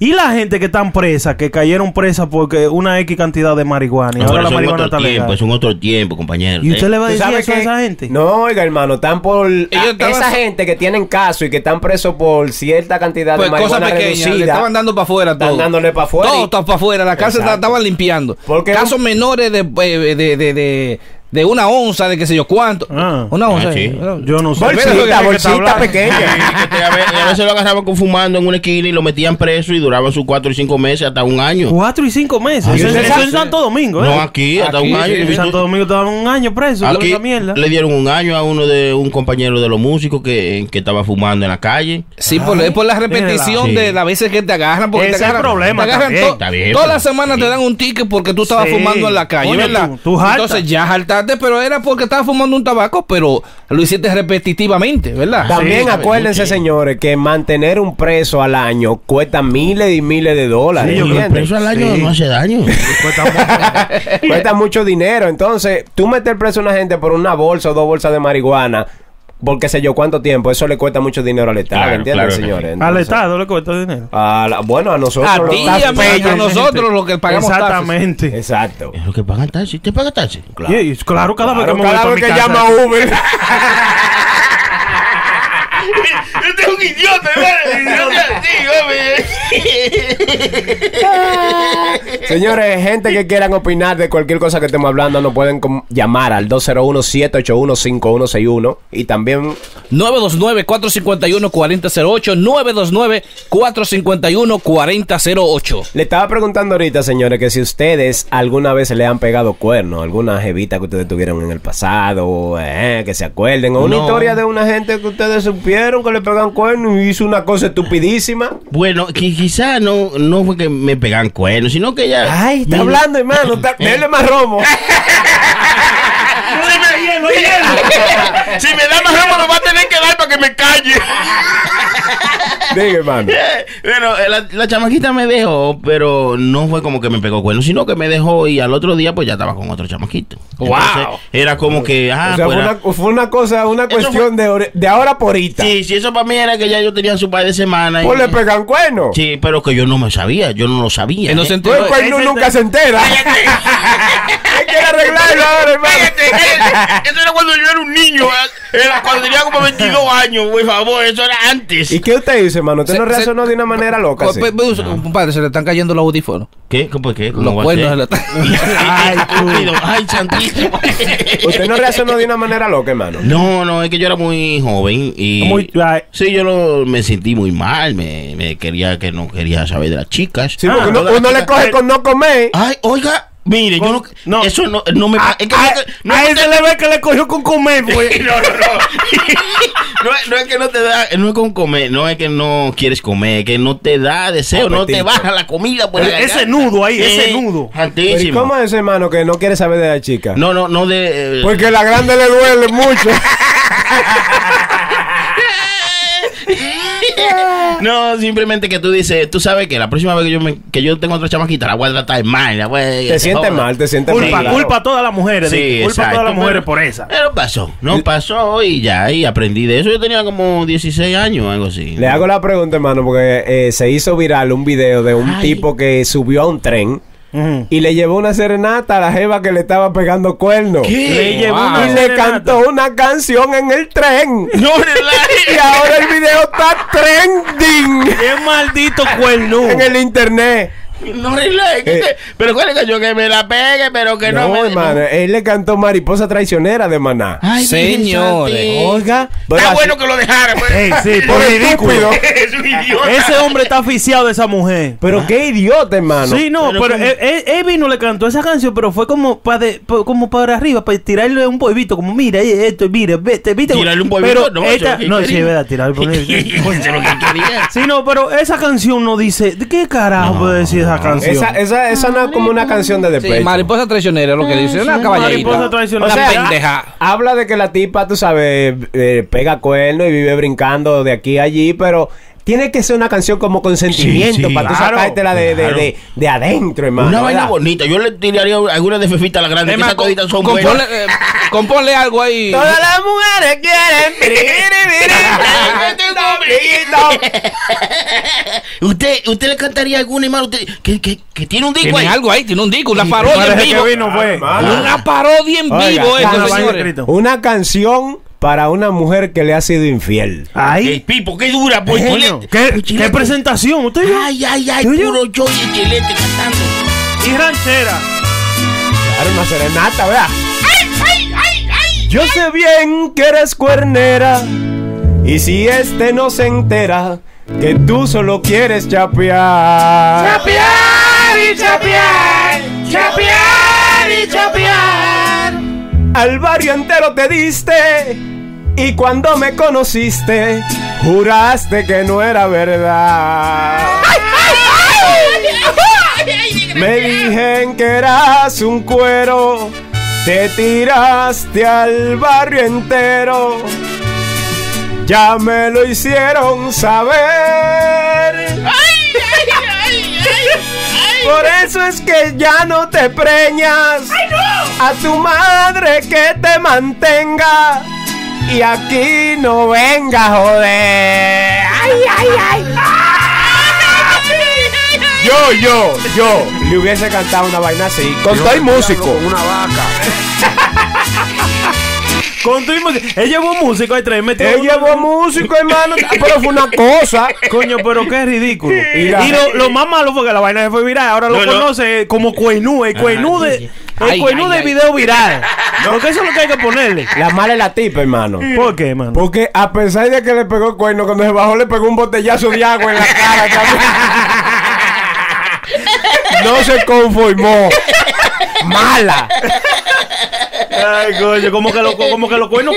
S3: Y la gente que están presa, que cayeron presas porque una X cantidad de marihuana. Y ahora la
S4: es un
S3: marihuana
S4: otro
S3: está
S4: tiempo,
S3: legal.
S4: es un otro tiempo, compañero. ¿eh?
S3: ¿Y usted le va a
S2: ¿Tú
S3: decir
S2: sabes
S3: eso a
S2: que-
S3: esa gente?
S2: No, oiga, hermano, están por. a-
S5: estaban-
S2: esa gente que tienen caso y que están presos por cierta cantidad
S5: Pues
S2: de
S5: cosas
S2: marihuana
S5: pequeñas, le
S2: reducida.
S5: estaban dando para afuera
S2: Están
S5: todo.
S2: dándole pa' afuera y-
S5: Todo está para afuera, la cárcel
S2: Exacto.
S5: la estaban limpiando.
S2: Porque
S5: Casos menores de, eh, de, de, de, de una onza, de qué sé yo cuánto.
S3: Ah.
S5: una onza.
S4: Ah, sí.
S5: eh,
S3: Yo no sé.
S5: Bolsita,
S3: Pero,
S2: Bolsita,
S3: ¿de qué que está
S2: bolsita
S3: hablando? Ah,
S2: pequeña.
S4: Sí, que te- a ve- a veces lo agarraban con fumando en una esquina y lo metían preso y duraban sus cuatro y cinco meses hasta un año.
S3: Cuatro y cinco meses.
S4: Ah,
S3: Eso,
S4: ¿y usted
S3: eso
S4: sabe?
S3: en Santo Domingo, ¿eh?
S4: No, aquí, hasta
S5: Aquí,
S4: un
S5: sí,
S4: año. Y
S3: En
S4: tú-
S3: Santo Domingo estaban un año preso. por
S4: aquí
S3: esa mierda.
S4: le dieron un año a uno de un compañero de los músicos que, que estaba fumando en la calle.
S5: Sí, por, es por
S3: Ah,
S5: la repetición
S4: Sí.
S5: de las veces que te agarran. Porque
S3: Ese
S5: te
S3: es el
S5: agarran,
S3: problema
S5: te agarran
S3: también.
S5: to-
S4: Está bien,
S5: todas
S4: pero-
S5: las semanas te dan un ticket porque tú estabas
S3: Sí.
S5: fumando en la calle,
S3: Coño,
S5: ¿verdad?
S3: tú- tú jaltas.
S5: Entonces ya jaltaste, pero era porque estabas fumando un tabaco, pero lo hiciste repetitivamente, ¿verdad?
S2: También
S4: Ah, Sí,
S2: acuérdense,
S4: sí.
S2: señores, que mantener un preso al año cuesta miles y miles de dólares.
S4: Y el
S2: ¿entiendes?
S4: preso al año no hace daño.
S2: [laughs] Cuesta mucho dinero. Entonces, tú meter preso a una gente por una bolsa o dos bolsas de marihuana, porque sé yo cuánto tiempo, eso le cuesta mucho dinero al Estado,
S4: Claro,
S2: ¿entiendes,
S4: claro.
S2: señores?
S3: Al
S2: Entonces,
S3: Estado le cuesta dinero.
S2: a la- bueno, a nosotros.
S5: A
S2: los
S5: ti,
S2: taxis-
S5: Ah, a mí, a nosotros, lo que pagamos taxes.
S3: Exactamente.
S2: Exacto.
S4: Es lo que pagan taxi. ¿Te paga taxi?
S3: Claro. Y- y claro, cada vez que me voy
S2: cada
S3: pa'
S2: vez
S3: mi
S2: que
S3: casa-
S2: llama Uber.
S4: [laughs]
S10: Este es un idiota,
S4: [laughs]
S10: hermano. Sí,
S2: Señores, gente que quieran opinar de cualquier cosa que estemos hablando, nos pueden com- llamar al 201-781-5161 y también
S5: 929-451-4008. 929-451-4008.
S2: Le estaba preguntando ahorita, señores, que si ustedes alguna vez le han pegado cuerno, alguna jevita que ustedes tuvieron en el pasado, eh, que se acuerden, o una
S4: No.
S2: historia de una gente que ustedes supieron que le pegan cuerno y hizo una cosa estupidísima.
S4: Bueno, qui- quizá no, no fue que me pegan cuernos, sino que ya. Eh.
S2: Ay, está
S4: Mira, [laughs]
S2: hablando, hermano, está, dele más romo.
S7: Dime hielo,
S4: [laughs]
S7: hielo. Si me da más ramo, lo va a tener que dar para que me calle.
S2: Diga,
S4: [laughs]
S2: hermano.
S4: Eh, Bueno, eh, la, la chamaquita me dejó, pero no fue como que me pegó cuerno, sino que me dejó y al otro día pues ya estaba con otro chamaquito. Entonces, era como que, ah,
S2: o sea,
S4: pues,
S2: fue
S4: era-
S2: una, fue una cosa, una
S4: Eso
S2: cuestión de, ore- de ahora por ahorita.
S4: Sí, sí, eso para mí era que ya yo tenía su par de semanas.
S2: Pues le
S4: Y...
S2: pegan cuernos.
S4: Sí, pero que yo no me sabía, yo no lo sabía.
S5: Él no
S4: ¿eh?
S5: se
S2: Pues
S5: enteró.
S2: el cuerno
S7: Ese-
S2: nunca se entera. [laughs] Hay que arreglarlo ahora,
S7: Cállate,
S2: hermano.
S7: cállate. Eso era cuando yo era un niño. Era cuando tenía como 22 años, por favor. Eso era antes.
S2: ¿Y qué usted dice, hermano? ¿Usted
S5: Se-
S2: no
S5: se-
S2: reaccionó de una manera loca?
S5: Co-
S4: pues,
S2: así?
S5: pe- pe- Compadre, se le están cayendo los audífonos.
S4: ¿Qué? ¿Cómo, ¿Por qué? ¿Cómo
S5: Los
S4: va a
S5: cuernos
S4: ser?
S5: se le están.
S4: Ay, estúpido. Ay, santísimo.
S2: ¿Usted no reaccionó de una manera loca, hermano?
S4: No, no, es que yo era muy joven y...
S3: Muy- ay.
S4: Sí, yo lo- me sentí muy mal, me, me quería que no quería saber de las chicas.
S2: Sí, porque uno,
S4: Todas las
S2: uno le
S4: chicas-
S2: coge con Ah, no comer.
S4: Ay, oiga, mire, yo no,
S3: No.
S4: Eso no, no me... es que
S3: a,
S4: no,
S3: a
S4: no-
S3: ese le ve que le cogió con comer,
S4: [laughs]
S3: pues.
S4: no, no, no. No es- no es que no te da, no es con comer, no es que no quieres comer, es que no te da deseo, pues, no te
S2: Apetito.
S4: baja la comida por
S3: Eh,
S4: la
S3: ese
S4: garganta.
S3: nudo ahí, ese nudo.
S2: Pero, ¿y
S4: Santísimo.
S2: ¿Cómo es ese, hermano, que no quiere saber de la chica?
S4: No, no, no de. eh,
S2: Porque la grande le duele mucho.
S4: [laughs] No, simplemente que tú dices, tú sabes que la próxima vez que yo me, que yo tengo otra chamaquita, la voy a tratar mal, la voy a-
S2: Te sientes mal, te sientes mal.
S3: Culpa,
S2: claro.
S3: culpa a todas las mujeres.
S4: Sí,
S3: dice, culpa a
S4: exacto,
S3: todas las mujeres
S4: pero-
S3: por esa.
S4: Pero pasó, no pasó y ya, y aprendí de eso. Yo tenía como 16 años, algo así.
S2: Le hago la pregunta, hermano, porque eh, se hizo viral un video de un
S4: Ay.
S2: tipo que subió a un tren
S3: Ujú.
S2: y le llevó una serenata a la jeva que le estaba pegando cuernos.
S3: Le
S4: ¿Qué?
S3: llevó
S5: Wow.
S3: una
S2: Y le
S3: serenata.
S2: cantó una canción en el tren.
S4: No, relaje.
S2: [laughs] Y ahora el video está trending
S3: ¡Qué maldito cuerno!
S2: en el internet.
S4: No relaje. que
S2: Eh.
S4: te- Pero cuál es que yo que me la pegue, pero que no,
S2: No,
S4: me.
S2: hermano, él le cantó Mariposa Traicionera de Maná.
S4: Ay, Virgen
S5: Señores.
S4: Santi.
S2: Oiga, pero
S7: Está
S2: así-
S7: bueno que lo dejara. pues.
S3: Ey, sí,
S2: por
S3: por
S2: estúpido.
S4: [laughs]
S3: ridículo.
S7: Es un idiota.
S3: Ese hombre está aficiado de esa mujer.
S2: Pero qué idiota, hermano.
S3: sí, no,
S4: pero
S3: pero, e,
S4: ¿cómo?
S3: él, él- él vino, le cantó esa canción, pero fue como para como para arriba, para tirarle un polvito, como mira eh, esto, mira, vete, viste.
S4: Tirarle un polvito,
S3: Pero
S4: no, eso es
S3: esta-
S4: lo que
S3: no, sí,
S4: quería.
S3: es verdad, tirarle un
S4: [laughs]
S3: polvito.
S4: Eso es lo que quería.
S3: Sí, no, pero esa canción no dice, ¿de qué carajo puede decir esa canción?
S2: Esa, esa, esa no es como una canción de
S5: Sí,
S2: despecho.
S5: mariposa traicionera, lo que le dice. Una caballerita.
S3: Mariposa traicionera.
S5: O sea,
S3: Una
S5: pendeja.
S2: Habla de que la tipa, tú sabes, eh, pega cuerno y vive brincando de aquí a allí, pero tiene que ser una canción como con sentimiento
S4: sí,
S2: para tú
S4: claro,
S2: sacártela de, de,
S4: claro.
S2: de, de adentro, hermano.
S4: Una vaina
S2: ¿verdad?
S4: bonita. Yo le tiraría alguna de Fefita a la grande.
S5: Es
S4: que
S5: más,
S4: esas cositas son
S5: componle,
S4: buenas.
S5: eh, componle algo ahí.
S2: Todas las mujeres quieren.
S4: Usted, usted le cantaría alguna hermano, usted, que, que, que tiene un disco
S5: Tiene
S4: ahí.
S5: algo ahí, tiene un disco, una parodia en
S3: Parece que
S5: vivo.
S3: vino, fue.
S5: Una parodia en
S2: Oiga,
S5: vivo,
S2: una
S5: eso,
S3: vaina
S5: señores.
S3: escrita.
S2: una canción para una mujer que le ha sido infiel.
S4: Ey,
S3: Ahí.
S4: Pipo, qué dura, pues.
S3: Coño,
S4: chilete.
S3: ¿Qué,
S4: Pues,
S3: qué
S4: chilete.
S3: presentación? ¿Usted vio?
S4: Ay, ay, ay,
S3: ¿Tú yo?
S4: puro yo y el chilete cantando.
S3: Y ranchera.
S2: Claro, una serenata, ¿verdad? Yo sé bien que eres cuernera. Y si este no se entera, que tú solo quieres chapear. Chapear y chapear. Chapear y chapear. Al barrio entero te diste. Y cuando me conociste, juraste que no era verdad. Me dijeron que eras un cuero, te tiraste al barrio entero. Ya me lo hicieron saber. Por eso es que ya no te preñas. A tu madre que te mantenga. Y aquí no venga, joder. Ay, ay, ay. Yo, yo, yo le hubiese cantado una vaina así. Con todo y músico.
S3: Con tu mismo- Él llevó un músico ahí tres metió
S2: Él
S3: uno-
S2: llevó músico, hermano. Pero fue una cosa.
S3: Coño, pero qué ridículo.
S2: [laughs] Y
S3: Y,
S2: la-
S3: lo, lo más malo fue que la vaina se fue viral. Ahora lo
S4: No, no.
S3: conoce como Cuenú, el Cuenú de, el
S5: Ay,
S3: Cuenú
S5: ay,
S3: de
S5: ay.
S2: [laughs]
S3: video viral. Porque eso es lo que hay que ponerle.
S2: La mala es la tipa, hermano.
S3: ¿Por qué, mano?
S2: Porque a pesar de que le pegó el cuerno, cuando se bajó le pegó un botellazo de agua en la cara. también. no se
S3: [laughs]
S2: conformó. Mala.
S3: Ay, coño, como que, lo, como que los cuernos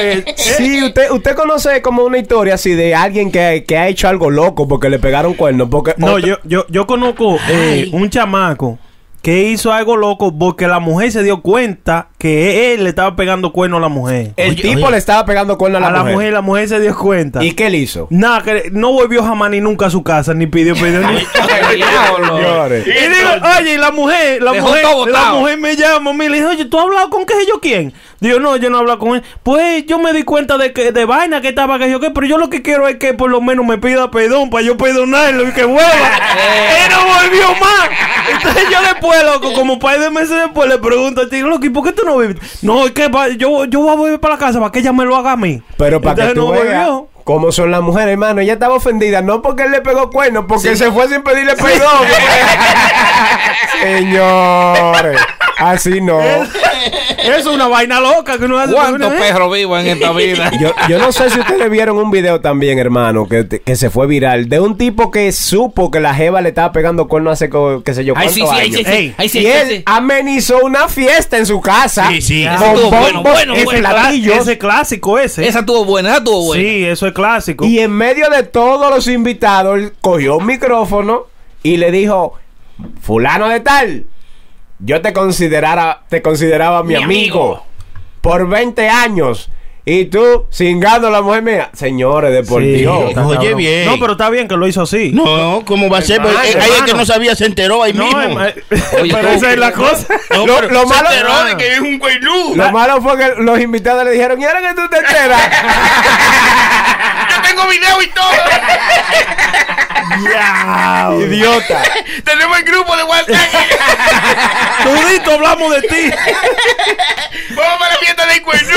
S5: [laughs]
S3: eh.
S2: Sí, usted, usted conoce como una historia así de alguien que, que ha hecho algo loco porque le pegaron cuernos. Porque
S3: No,
S2: otra-
S3: yo, yo, yo conozco eh,
S4: Ay.
S3: un chamaco que hizo algo loco porque la mujer se dio cuenta que él le estaba pegando cuerno a la mujer.
S2: El
S4: Oye,
S2: tipo
S4: oye.
S2: le estaba pegando cuerno a la,
S3: a la mujer.
S2: mujer.
S3: la mujer se dio cuenta.
S2: ¿Y qué le hizo?
S3: Nada, que no volvió jamás ni nunca a su casa,
S5: [laughs]
S3: ni pidió perdón. ni-
S2: Señores.
S3: y digo, oye, y la mujer, la
S5: Dejó
S3: mujer,
S5: todo
S3: la
S5: botado.
S3: mujer me llama, me le dice, oye, ¿tú has hablado con qué sé yo quién? Digo, no, yo no he hablado con él. Pues yo me di cuenta de que de vaina que estaba que yo qué, pero yo lo que quiero es que por lo menos me pida perdón para yo perdonarlo y
S5: [laughs]
S3: que vuelva. él no volvió más. Entonces yo después, loco, como un par de meses después le pregunto a ti, loco, ¿y por qué tú no vives? No, es que va- yo, yo voy a volver para la casa para que ella me lo haga a mí.
S2: Pero para que
S3: Entonces
S2: tú
S3: no
S2: veas
S3: volvió.
S2: cómo son las mujeres, hermano. Ella estaba ofendida, no porque él le pegó cuernos, porque se fue sin pedirle
S3: [laughs]
S2: perdón. [laughs] Señores, así no.
S3: Eso es una vaina loca que uno hace.
S5: ¿Cuántos
S3: ¿eh?
S5: perros vivos en esta vida?
S2: [laughs] Yo, yo no sé si ustedes vieron un video también, hermano, que, que se fue viral, de un tipo que supo que la jeva le estaba pegando cuerno hace, co- qué sé yo,
S5: Ay,
S2: cuántos
S5: sí, sí, ahí
S2: años.
S5: sí,
S3: Ey,
S5: sí. Ahí sí,
S2: y
S5: ahí
S2: él
S5: sí.
S2: amenizó una fiesta en su casa.
S4: Sí, sí,
S2: Con
S4: eso
S5: estuvo bueno,
S2: bombos,
S5: bueno,
S2: en
S5: bueno.
S2: platillos.
S3: Ese clásico ese.
S5: Esa tuvo buena, esa tuvo buena.
S3: Sí, eso es clásico.
S2: Y en medio de todos los invitados, él cogió un micrófono y le dijo: Fulano de tal, yo te considerara, te consideraba mi,
S5: Mi
S2: amigo.
S5: amigo.
S2: por 20 años. Y tú, cingando a la mujer mía. Señores, de por
S3: Sí,
S2: Dios.
S3: está
S4: oye,
S3: cabrón.
S4: bien.
S3: No, pero está bien que lo hizo así.
S4: No, ¿cómo va a ser? Pues,
S2: Hermano,
S4: eh, ahí el que
S3: hermano.
S4: no sabía se enteró ahí
S3: No,
S4: mismo.
S3: em- eh,
S5: Oye,
S3: pero
S5: tú-
S3: esa es la cosa.
S4: No,
S2: lo-
S4: pero
S2: lo
S4: se
S2: malo-
S4: enteró de que es
S10: "Pues,
S4: un güey luz.
S2: Lo malo fue que los invitados le dijeron: ¿Y ahora que tú te enteras?
S7: Yo tengo video y
S4: [laughs]
S7: todo.
S2: Idiota.
S10: [laughs]
S7: Tenemos el grupo de
S2: [laughs]
S7: WhatsApp.
S3: Tudito hablamos de ti.
S7: Vamos para la fiesta del
S2: [laughs]
S7: cuerno.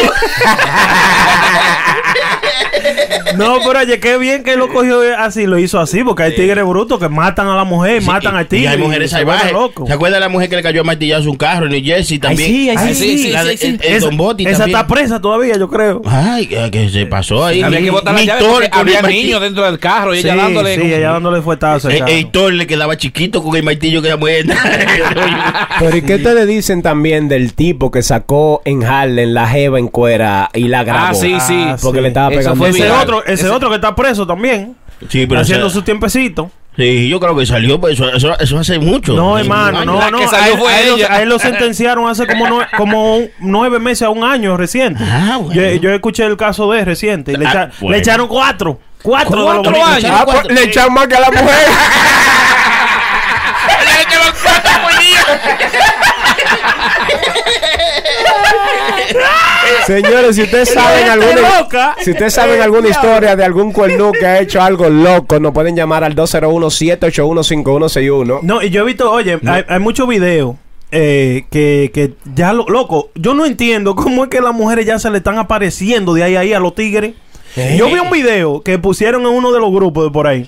S3: No, pero oye, qué bien que lo cogió así, lo hizo así, porque hay tigres brutos que matan a la mujer, matan al
S4: Y
S3: tigre.
S4: hay mujeres
S3: se vuelven
S4: salvajes.
S3: locos.
S4: ¿Se acuerda de la mujer que le cayó a martillazo un carro en New Jersey también?
S3: sí, ay,
S4: Ay,
S5: sí, sí,
S4: la
S5: sí,
S4: de-
S5: sí.
S4: el- el
S3: Esa,
S4: Don Botti
S3: esa
S4: también.
S3: está presa todavía, yo creo.
S4: Ay, eh, que se pasó ahí.
S5: Había que botar la llave
S4: Hitor
S5: porque
S4: con el
S5: había
S4: martillo.
S5: niños dentro del carro y
S3: Sí,
S5: ella dándole.
S3: sí,
S5: como-
S3: ella dándole fuetazo.
S4: Eh,
S3: claro.
S4: eh, Hitor le quedaba chiquito con el martillo que era muerta. [laughs]
S2: Pero ¿y qué ustedes dicen también del tipo que sacó en Harlem la jeva en cuera y la grabó?
S5: Ah, sí, sí.
S3: Ah,
S2: Porque le estaba
S5: Eso
S2: pegando.
S5: fue
S2: un
S3: ese
S5: viral.
S3: otro, ese,
S5: Ese-
S3: otro que está preso también,
S4: sí, pero
S3: haciendo
S4: o sea,
S3: su tiempecito.
S4: sí, yo creo que salió, pues, eso, eso, eso hace mucho.
S3: No, hermano,
S4: Años.
S3: no,
S5: La
S3: no.
S5: que salió
S3: a, él,
S5: fue
S3: a él lo-
S5: ella.
S3: a
S4: [laughs]
S3: él lo sentenciaron hace como, nue- como un- nueve meses a un año reciente.
S4: Ah, bueno.
S3: yo, yo escuché el caso de él reciente. y le,
S4: Ah,
S3: echa-
S4: bueno.
S3: le echaron cuatro. Cuatro, de los
S5: Cuatro
S3: mismos.
S5: años.
S2: Ah, pues, le echan más que a la mujer.
S7: Ya que los cuatro por día.
S2: [laughs] Señores, si ustedes saben
S3: gente
S2: alguna
S3: loca.
S2: si ustedes saben alguna historia de algún cuerno que ha hecho algo loco, nos pueden llamar al 201 781 5161.
S3: No, y yo he visto, oye, hay, hay muchos videos eh, que, que ya, lo- loco, yo no entiendo cómo es que las mujeres ya se le están apareciendo de ahí a ahí a los tigres. Yo vi un video que pusieron en uno de los grupos de por ahí.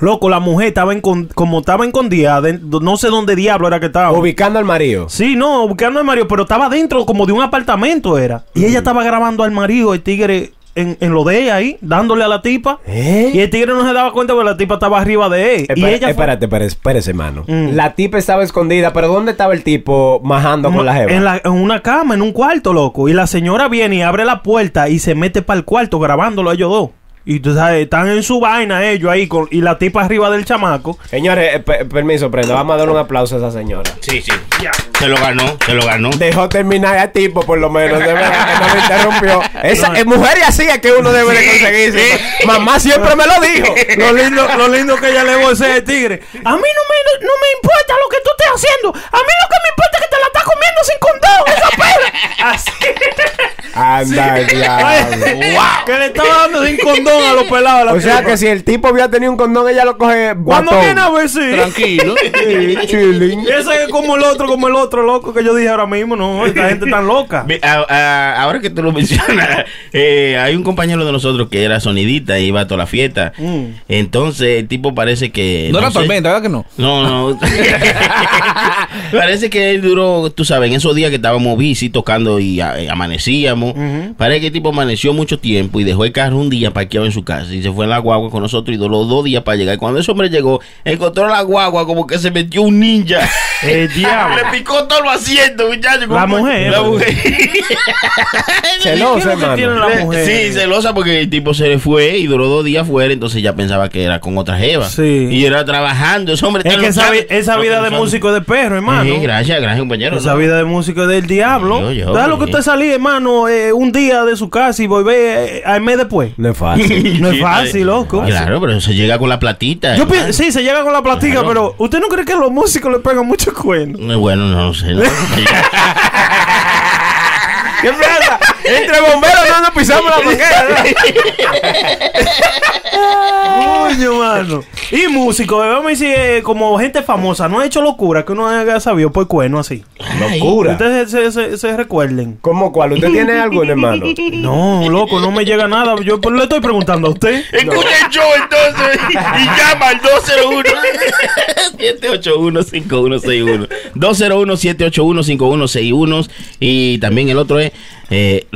S3: Loco, la mujer estaba encon- como estaba escondida, den- no sé dónde diablo era que estaba.
S2: Ubicando al marido.
S3: Sí, no, buscando al marido, pero estaba dentro como de un apartamento era. Y
S2: Mm.
S3: ella estaba grabando al marido, el tigre, en, en lo de ella ahí, dándole a la tipa.
S2: ¿Eh?
S3: Y el tigre no se daba cuenta porque la tipa estaba arriba de él. y
S2: Espera-
S3: ella fue-
S2: espérate, espérate, espérate, hermano.
S3: Mm.
S2: La tipa estaba escondida, pero ¿dónde estaba el tipo majando con la jeva?
S3: en, la- en una cama, en un cuarto, loco. Y la señora viene y abre la puerta y se mete para el cuarto grabándolo a ellos dos. Y tú sabes, están en su vaina ellos ahí con, y la tipa arriba del chamaco.
S2: Señores, eh, pe- permiso, prenda. Vamos a dar un aplauso a esa señora.
S4: Sí, sí. Se lo ganó, se lo ganó.
S2: Dejó terminar al tipo, por lo menos. De verdad que no me interrumpió. Esa,
S3: No.
S2: eh, mujer y así es que uno debe de conseguirse. Mamá siempre me lo dijo.
S3: [laughs] Lo lindo, lo lindo que ella le vocea el tigre. A mí no me, no me importa lo que tú estés haciendo. A mí lo que me importa es que te la estás comiendo sin condón,
S7: [laughs]
S3: esa perra. Así.
S2: Anda, el
S3: [laughs]
S2: diablo.
S3: Que le estaba dando sin condón a los pelados. a la
S2: O sea
S3: tipa.
S2: que si el tipo había tenido un condón, ella lo coge
S3: cuando
S2: batón.
S3: viene a ver, sí. [laughs]
S5: Tranquilo.
S2: Sí, chilling.
S3: Y Ese es como el otro, como el otro loco que yo dije ahora mismo. No,
S4: [laughs]
S3: esta gente tan loca.
S4: Ve, a- a- ahora que tú lo mencionas, eh, hay un compañero de nosotros que era sonidita y iba a toda la fiesta.
S3: Mm.
S4: Entonces, el tipo parece que.
S5: No era
S4: sé-
S5: tormenta, ¿verdad que no?
S4: No,
S3: [laughs]
S4: no. Parece que él duró, tú sabes, en esos días que estábamos bici tocando y a- eh, amanecíamos. Parece que el tipo amaneció mucho tiempo y dejó el carro un día parqueado en su casa y se fue en la guagua con nosotros y duró dos días para llegar. Y cuando ese hombre llegó, encontró la guagua como que se metió un ninja.
S3: El
S4: [laughs]
S3: diablo.
S7: Le picó todo el asiento, muchacho.
S3: La
S7: como-
S3: mujer.
S7: La mujer.
S3: ¿Qué es
S2: Celoso,
S3: lo que tiene
S2: hermano.
S3: la mujer?
S4: Sí, celosa porque el tipo se le fue y duró dos días fuera, entonces ya pensaba que era con otra jeva.
S3: Sí.
S4: Y era trabajando, ese hombre
S3: Es
S4: está
S3: que esa, vi-
S4: luchando.
S3: esa
S4: No,
S3: vida de
S4: no,
S3: músico es de perro, hermano.
S4: Sí, gracias, gracias, compañero.
S3: Esa
S4: No.
S3: vida de músico es del diablo.
S4: Yo, yo,
S3: Déjalo que
S4: sí. [laughs]
S3: usted salí, hermano, eh, un día de su casa y volver eh, al mes después.
S2: No es fácil.
S3: [laughs] No es
S4: Sí,
S3: fácil, loco.
S4: Claro, pero se llega con la platita.
S3: Yo
S4: hermano.
S3: pienso, sí, se llega con la platica,
S4: Claro.
S3: pero ¿usted no cree que los músicos le pegan mucho cuerno?
S4: Eh, Bueno, no lo sé.
S3: [laughs]
S4: no.
S2: ¿Qué
S4: [laughs]
S2: pasa? Entre bomberos no nos pisamos la manguera. ¿verdad?
S3: Coño, mano. Y músicos, vamos a decir, eh, como gente famosa, no ha hecho locura que uno haya sabido por cuerno así.
S2: Locura.
S3: Ustedes se, se- se recuerden.
S2: ¿Cómo cuál? ¿Usted tiene
S3: [laughs]
S2: alguno, hermano?
S3: No, loco, no me llega nada. Yo pues, le estoy preguntando a usted.
S7: [laughs] Escucha el show entonces y llama al 201.
S4: 781-5161. 201-781-5161. Y también el otro es eh,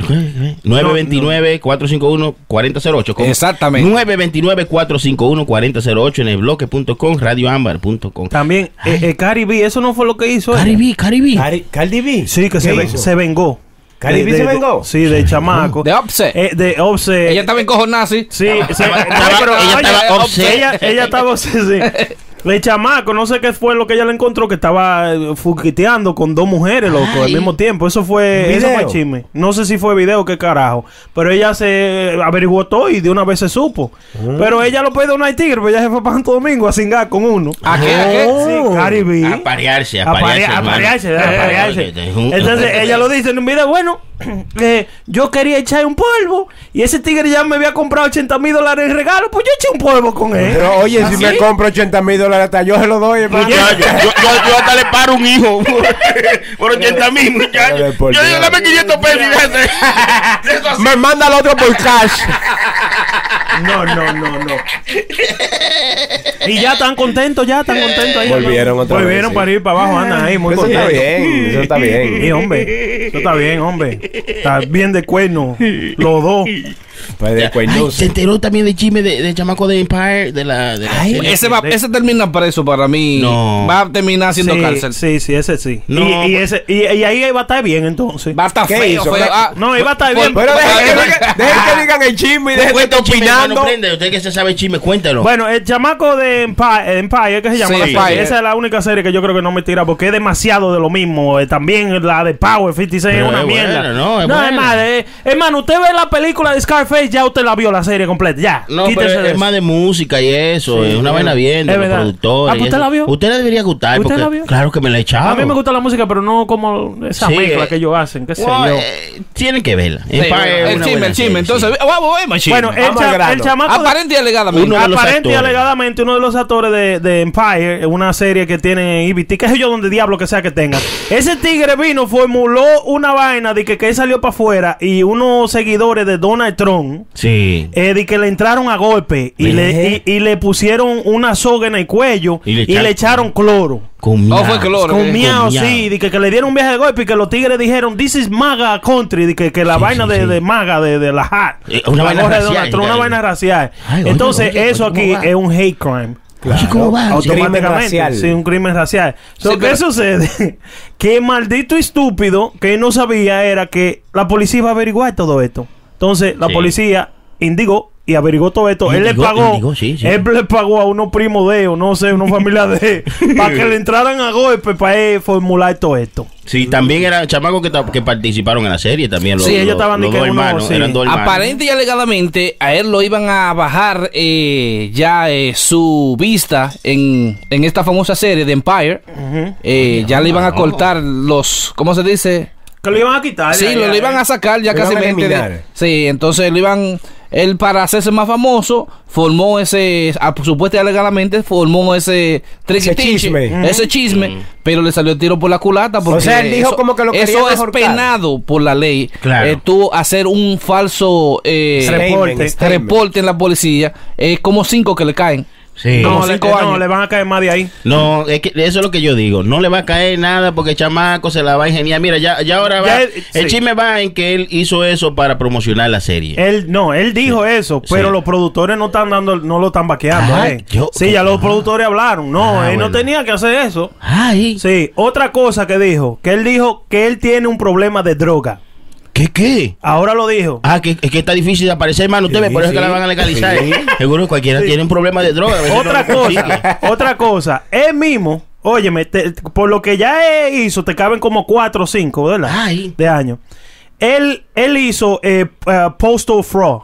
S4: 929-451-4008. ¿Cómo?
S5: Exactamente.
S4: 929-451-4008 en el bloque.com, radioambar.com.
S3: También, eh, eh, Cardi B, eso no fue lo que hizo. ella.
S4: Caribe, Caribe.
S2: Cari- Cardi B.
S3: Sí, que
S2: ¿Qué
S3: se, ve-
S2: hizo?
S3: se vengó.
S2: ¿Cardi
S3: De-
S2: B
S3: de-
S2: se
S3: de-
S2: vengó?
S3: Sí, de chamaco.
S5: De Offset.
S3: Eh, de Offset.
S5: Ella estaba en cojonada, sí.
S3: Sí, sí.
S4: Estaba- estaba-
S3: No, pero,
S4: ella
S3: oye,
S4: estaba
S3: eh,
S4: offset.
S3: Ella, ella estaba offset,
S5: [laughs]
S3: sí. De chamaco, no sé qué fue lo que ella le encontró, que estaba eh, fuquiteando con dos mujeres, loco, al
S4: Ay.
S3: mismo tiempo. Eso fue, eso
S2: ¿Video?
S3: fue chisme. No sé si fue video, qué carajo. Pero ella se eh, averiguó todo y de una vez se supo.
S2: Ah.
S3: Pero ella lo puede donar al tigre, pero ella se fue para Santo Domingo a cingar con uno.
S5: ¿A qué? ¿A qué? Ah,
S3: Sí, Cardi B.
S4: A parearse, a parearse.
S3: Aparea-
S4: hermano.
S3: aparearse,
S4: A parearse.
S3: aparearse. Entonces ella lo dice en un video, bueno, [clears throat] eh, yo quería echar un polvo y ese tigre ya me había comprado 80 mil dólares en regalo, pues yo eché un polvo con él.
S2: Pero oye, si
S3: ¿Así?
S2: me compro 80 mil dólares, hasta yo se lo doy, hermano.
S7: Muchacho,
S2: [laughs]
S7: yo, yo, yo hasta le paro un hijo por 80 mil, muchacho.
S2: Dale, por
S7: Yo digo,
S2: Dios.
S7: dame 500 pesos y déjate. De eso así.
S2: Me manda el otro por cash.
S3: No, no, no, no. y ya están contentos, ya están contentos ahí.
S2: Volvieron otra vez,
S3: Volvieron
S2: sí.
S3: para ir para abajo, andan ahí muy
S2: Eso está
S3: contentos.
S2: bien, eso está bien.
S3: Sí, hombre. Eso está bien, hombre. Está bien de cuerno, los dos.
S2: Pues de
S4: Ay, se
S2: cuernoso.
S4: enteró también de chisme de, de chamaco de Empire, de la... De la serie.
S5: Ese, va, ese termina preso para mí.
S4: No.
S5: Va a terminar siendo
S3: sí,
S5: cárcel.
S3: Sí, sí, ese sí.
S4: No,
S3: y, y
S2: pues.
S3: ese, y, y ahí va a estar bien entonces.
S5: Va a estar
S2: ¿Qué
S5: feo,
S2: hizo?
S5: feo.
S2: ¿Qué?
S5: Ah,
S3: No, iba a estar
S5: por-
S3: bien.
S2: Bueno,
S5: por-
S2: dejen pues, que,
S5: por-
S2: diga- dejen que digan el chisme y dejen que
S4: Cuenta
S2: esté
S4: el chisme, hermano,
S2: opinando.
S4: prende. Usted que se sabe el chisme, cuéntalo.
S3: Bueno, el chamaco de Empire, Empire que se llama
S5: Sí,
S3: la serie?
S5: Empire.
S3: Esa es la única serie que yo creo que no me tira porque es demasiado de lo mismo. Eh, también la de Power 56
S4: Pero
S3: es una
S4: es buena,
S3: mierda.
S4: no, es buena.
S3: más, eh, hermano, usted ve la película de Scarface, ya usted la vio la serie completa. Ya.
S4: No,
S3: quítese
S4: pero
S3: de
S4: es
S3: eso.
S4: más de música y eso,
S3: Sí,
S4: es una
S3: es
S4: vaina bien de
S3: es
S4: los
S3: verdad.
S4: productores.
S3: Ah, pues
S4: y
S3: usted
S4: eso.
S3: la vio.
S4: Usted le debería gustar,
S3: ¿Usted
S4: porque
S3: la vio?
S4: claro que me la he echado.
S3: A mí me gusta la música, pero no como esa
S4: Sí,
S3: mezcla
S4: eh,
S3: que ellos hacen, qué sé
S4: Wow,
S3: yo.
S4: eh, tienen que verla.
S5: sí,
S4: eh,
S5: el chisme, el chisme. Entonces, vamos, vamos, Ah, chisme.
S3: bueno, el,
S2: Vamos al
S3: cha-
S2: grano.
S3: el chamaco de-
S5: Aparente y alegadamente.
S4: Uno de los
S3: Aparente y
S4: actores.
S3: alegadamente uno de los actores de, de Empire, una serie que tiene en EBT, qué sé yo, donde diablo que sea que tenga. Ese tigre vino, formuló una vaina de que, que él salió para afuera y unos seguidores de Donald Trump.
S4: Sí.
S3: eh, de que le entraron a golpe y le, y, y le pusieron una soga en el cuello
S4: Y le
S3: y le echaron
S4: echaron-
S3: cloro.
S4: Con
S5: Oh, fue cloro.
S3: Con miau,
S4: miau.
S3: sí, de que, que le dieron un viaje de golpe y que los tigres dijeron, this is MAGA country, de que, que la
S4: Sí,
S3: vaina
S4: sí,
S3: de,
S4: sí.
S3: de MAGA, de, de la hat.
S4: Eh, una
S3: La
S4: vaina
S3: gorra de
S4: racial,
S3: Donald Trump, una
S4: ya,
S3: vaina
S4: ya.
S3: racial.
S4: Ay, oye,
S3: Entonces,
S4: oye,
S3: eso
S4: oye,
S3: aquí
S4: ¿cómo va?
S3: es un hate crime.
S4: Oye, ¿Cómo va?
S2: Auto- Crimen
S3: Automáticamente.
S2: racial.
S3: Sí, un crimen racial. So,
S5: Sí,
S3: ¿Qué
S5: pero-
S3: sucede? [laughs] que maldito estúpido que no sabía era que la policía iba a averiguar todo esto. Entonces, la
S4: Sí.
S3: policía indigó y averiguó todo esto. él le
S4: Indigó,
S3: pagó.
S4: indigó, sí, sí.
S3: Él le pagó a unos primos de él, o no sé, una familia de
S4: [laughs]
S3: él, para que le entraran a golpe para él formular todo esto.
S4: Sí, también eran chamacos que, ta- que participaron en la serie también.
S3: Sí, ellos estaban
S4: los
S3: de que
S4: dos
S3: uno,
S4: hermanos,
S3: sí.
S4: eran dos hermanos.
S5: Aparente y alegadamente a él lo iban a bajar eh, ya eh, su vista en, en esta famosa serie de Empire. Eh, ya le iban
S4: Ah,
S5: a cortar los, ¿cómo se dice?
S3: Que lo iban a quitar.
S5: Sí, lo, lo iban a sacar ya
S2: Lo iban
S5: casi
S2: a
S5: mente de-
S2: eliminar.
S5: Sí, entonces lo iban, él para hacerse más famoso, formó ese, a- supuestamente y alegadamente, formó ese tricky
S2: Ese
S5: tiche,
S2: chisme.
S5: ese chisme, pero le salió el tiro por la culata. Porque
S2: sea, él dijo como que lo querían
S5: Eso es
S2: ahorcar.
S5: penado por la ley.
S4: Claro.
S5: Eh, tú hacer un falso... eh,
S3: Reporte.
S5: reporte en la policía, es como cinco que le caen.
S4: Sí.
S3: No,
S5: Como
S3: le,
S5: cinco
S3: no,
S5: años.
S3: le van a caer más de ahí.
S4: No, es que eso es lo que yo digo. No le va a caer nada porque el chamaco se la va a ingeniar. Mira, ya, ya ahora va.
S3: Ya
S4: el
S3: él- sí.
S4: chisme va en que él hizo eso para promocionar la serie.
S3: Él, no, él dijo eso, pero
S4: Sí.
S3: los productores no están dando, no lo están vaqueando.
S4: Ah,
S3: eh.
S4: yo-
S3: sí, ya los
S4: ah.
S3: productores hablaron. No,
S4: Ah,
S3: él no
S4: bueno.
S3: tenía que hacer eso.
S4: Ay,
S3: Sí, otra cosa que dijo, que él dijo que él tiene un problema de droga.
S4: ¿qué qué?
S3: Ahora lo dijo.
S4: Ah, que, que está difícil de aparecer, hermano. Usted ve, por eso es que la van a legalizar. eh. Seguro que cualquiera tiene un problema de droga. a veces
S3: otra
S4: no lo
S3: cosa,
S4: consigue.
S3: [laughs] otra cosa, él mismo, óyeme, te- por lo que ya él hizo, te caben como cuatro o cinco, ¿verdad?
S4: Ay.
S3: De años. Él, él hizo eh, eh, postal fraud.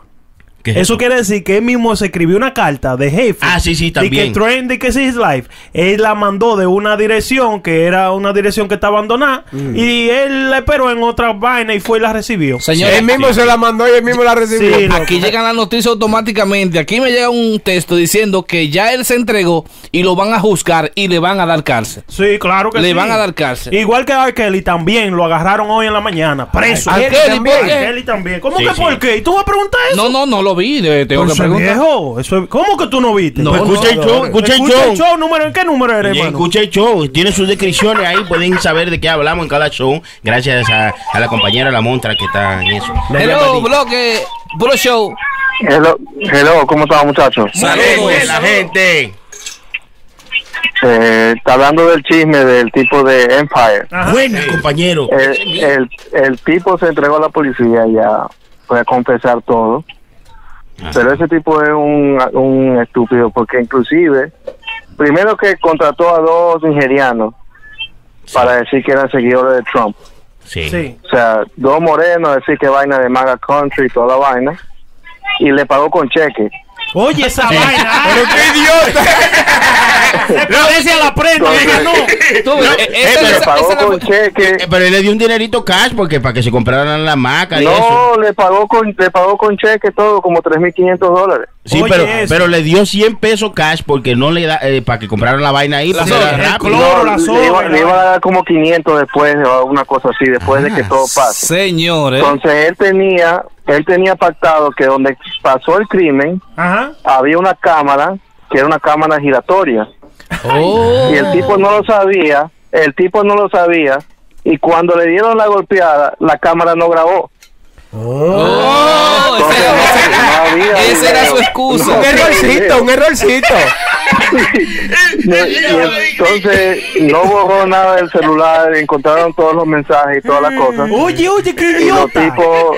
S4: ¿Qué es
S3: Eso quiere decir que él mismo se escribió una carta de jefe.
S4: Ah, sí, sí,
S3: Y
S4: también.
S3: que Trend y que es his life. Él la mandó de una dirección que era una dirección que está abandonada.
S4: Mm.
S3: Y él la esperó en otra vaina y fue y la recibió.
S5: Señores,
S2: Él mismo se la mandó y él mismo la recibió.
S3: Sí,
S5: aquí
S3: loco.
S5: llegan las noticias automáticamente. Aquí me llega un texto diciendo que ya él se entregó y lo van a juzgar y le van a dar cárcel.
S3: Sí, claro que
S5: Le
S3: sí.
S5: van a dar cárcel.
S3: Igual que a R. Kelly también lo agarraron hoy en la mañana, preso.
S5: ¿a
S3: R.
S5: Kelly por qué?
S3: Kelly también. ¿Cómo
S4: Sí,
S3: que
S4: sí.
S3: por qué? ¿Y tú vas a preguntar eso?
S5: No, no, no lo vi. eh, Tengo que
S3: Entonces,
S5: preguntar.
S3: viejo, eso es- ¿Cómo que tú no viste?
S5: No, no,
S4: Escucha el show, escucha el
S3: Escucha el
S4: show.
S3: show, número, ¿en qué número eres,
S4: Y
S3: hermano?
S4: Escucha el show, tiene sus descripciones ahí, pueden saber de qué hablamos en cada show, gracias a, a la compañera La Montra que está en eso.
S5: Hello, bloque, puro show.
S9: Hello, hello, ¿cómo están muchachos?
S4: Saludos, la gente.
S9: Eh, está hablando del chisme del tipo de Empire.
S3: Ajá.
S4: Buena, compañero.
S9: El, el, el tipo se entregó a la policía ya, fue a confesar todo. Pero ese tipo es un, un estúpido, porque inclusive, primero que contrató a dos nigerianos para decir que eran seguidores de Trump.
S4: Sí.
S3: Sí.
S9: O sea, dos morenos, decir que vaina de MAGA Country y toda la vaina. Y le pagó con cheque.
S3: Oye, esa vaina.
S2: Pero qué idiota.
S3: No, ese a la prenda,
S9: Entonces-
S3: vieja, no.
S5: Tú, eh, esa-
S9: le
S5: esa-
S9: pagó
S5: esa la-
S9: con cheque.
S4: Eh, Pero él le dio un dinerito cash porque para que se compraran la maca y eso.
S9: No, le pagó con le pagó con cheque todo, como 3.500 dólares.
S4: Sí,
S3: Oye,
S4: pero,
S3: eso.
S4: pero le dio 100 pesos cash porque no le da eh, para que compraran la vaina ahí.
S5: La
S4: porque
S5: soda,
S4: era
S5: el
S4: rápido.
S3: color. Oro, la
S9: le, iba,
S3: sobra,
S9: le iba a dar como 500 después, o una cosa así, después de que
S4: Ah,
S9: todo pase.
S5: Señores.
S9: Entonces él tenía, él tenía pactado que donde pasó el crimen
S3: Ajá.
S9: había una cámara, que era una cámara giratoria.
S5: Oh.
S9: Y el tipo no lo sabía, el tipo no lo sabía, y cuando le dieron la golpeada, la cámara no grabó.
S5: Oh, ese era-
S9: Entonces,
S5: ese-
S9: no había
S5: esa era
S9: video.
S5: su excusa.
S2: Un
S9: No había video.
S2: errorcito, un errorcito.
S9: [laughs] No, y entonces no borró nada del celular, encontraron todos los mensajes y todas las cosas.
S3: Oye, oye, qué
S9: Y los
S3: idiota.
S9: tipos,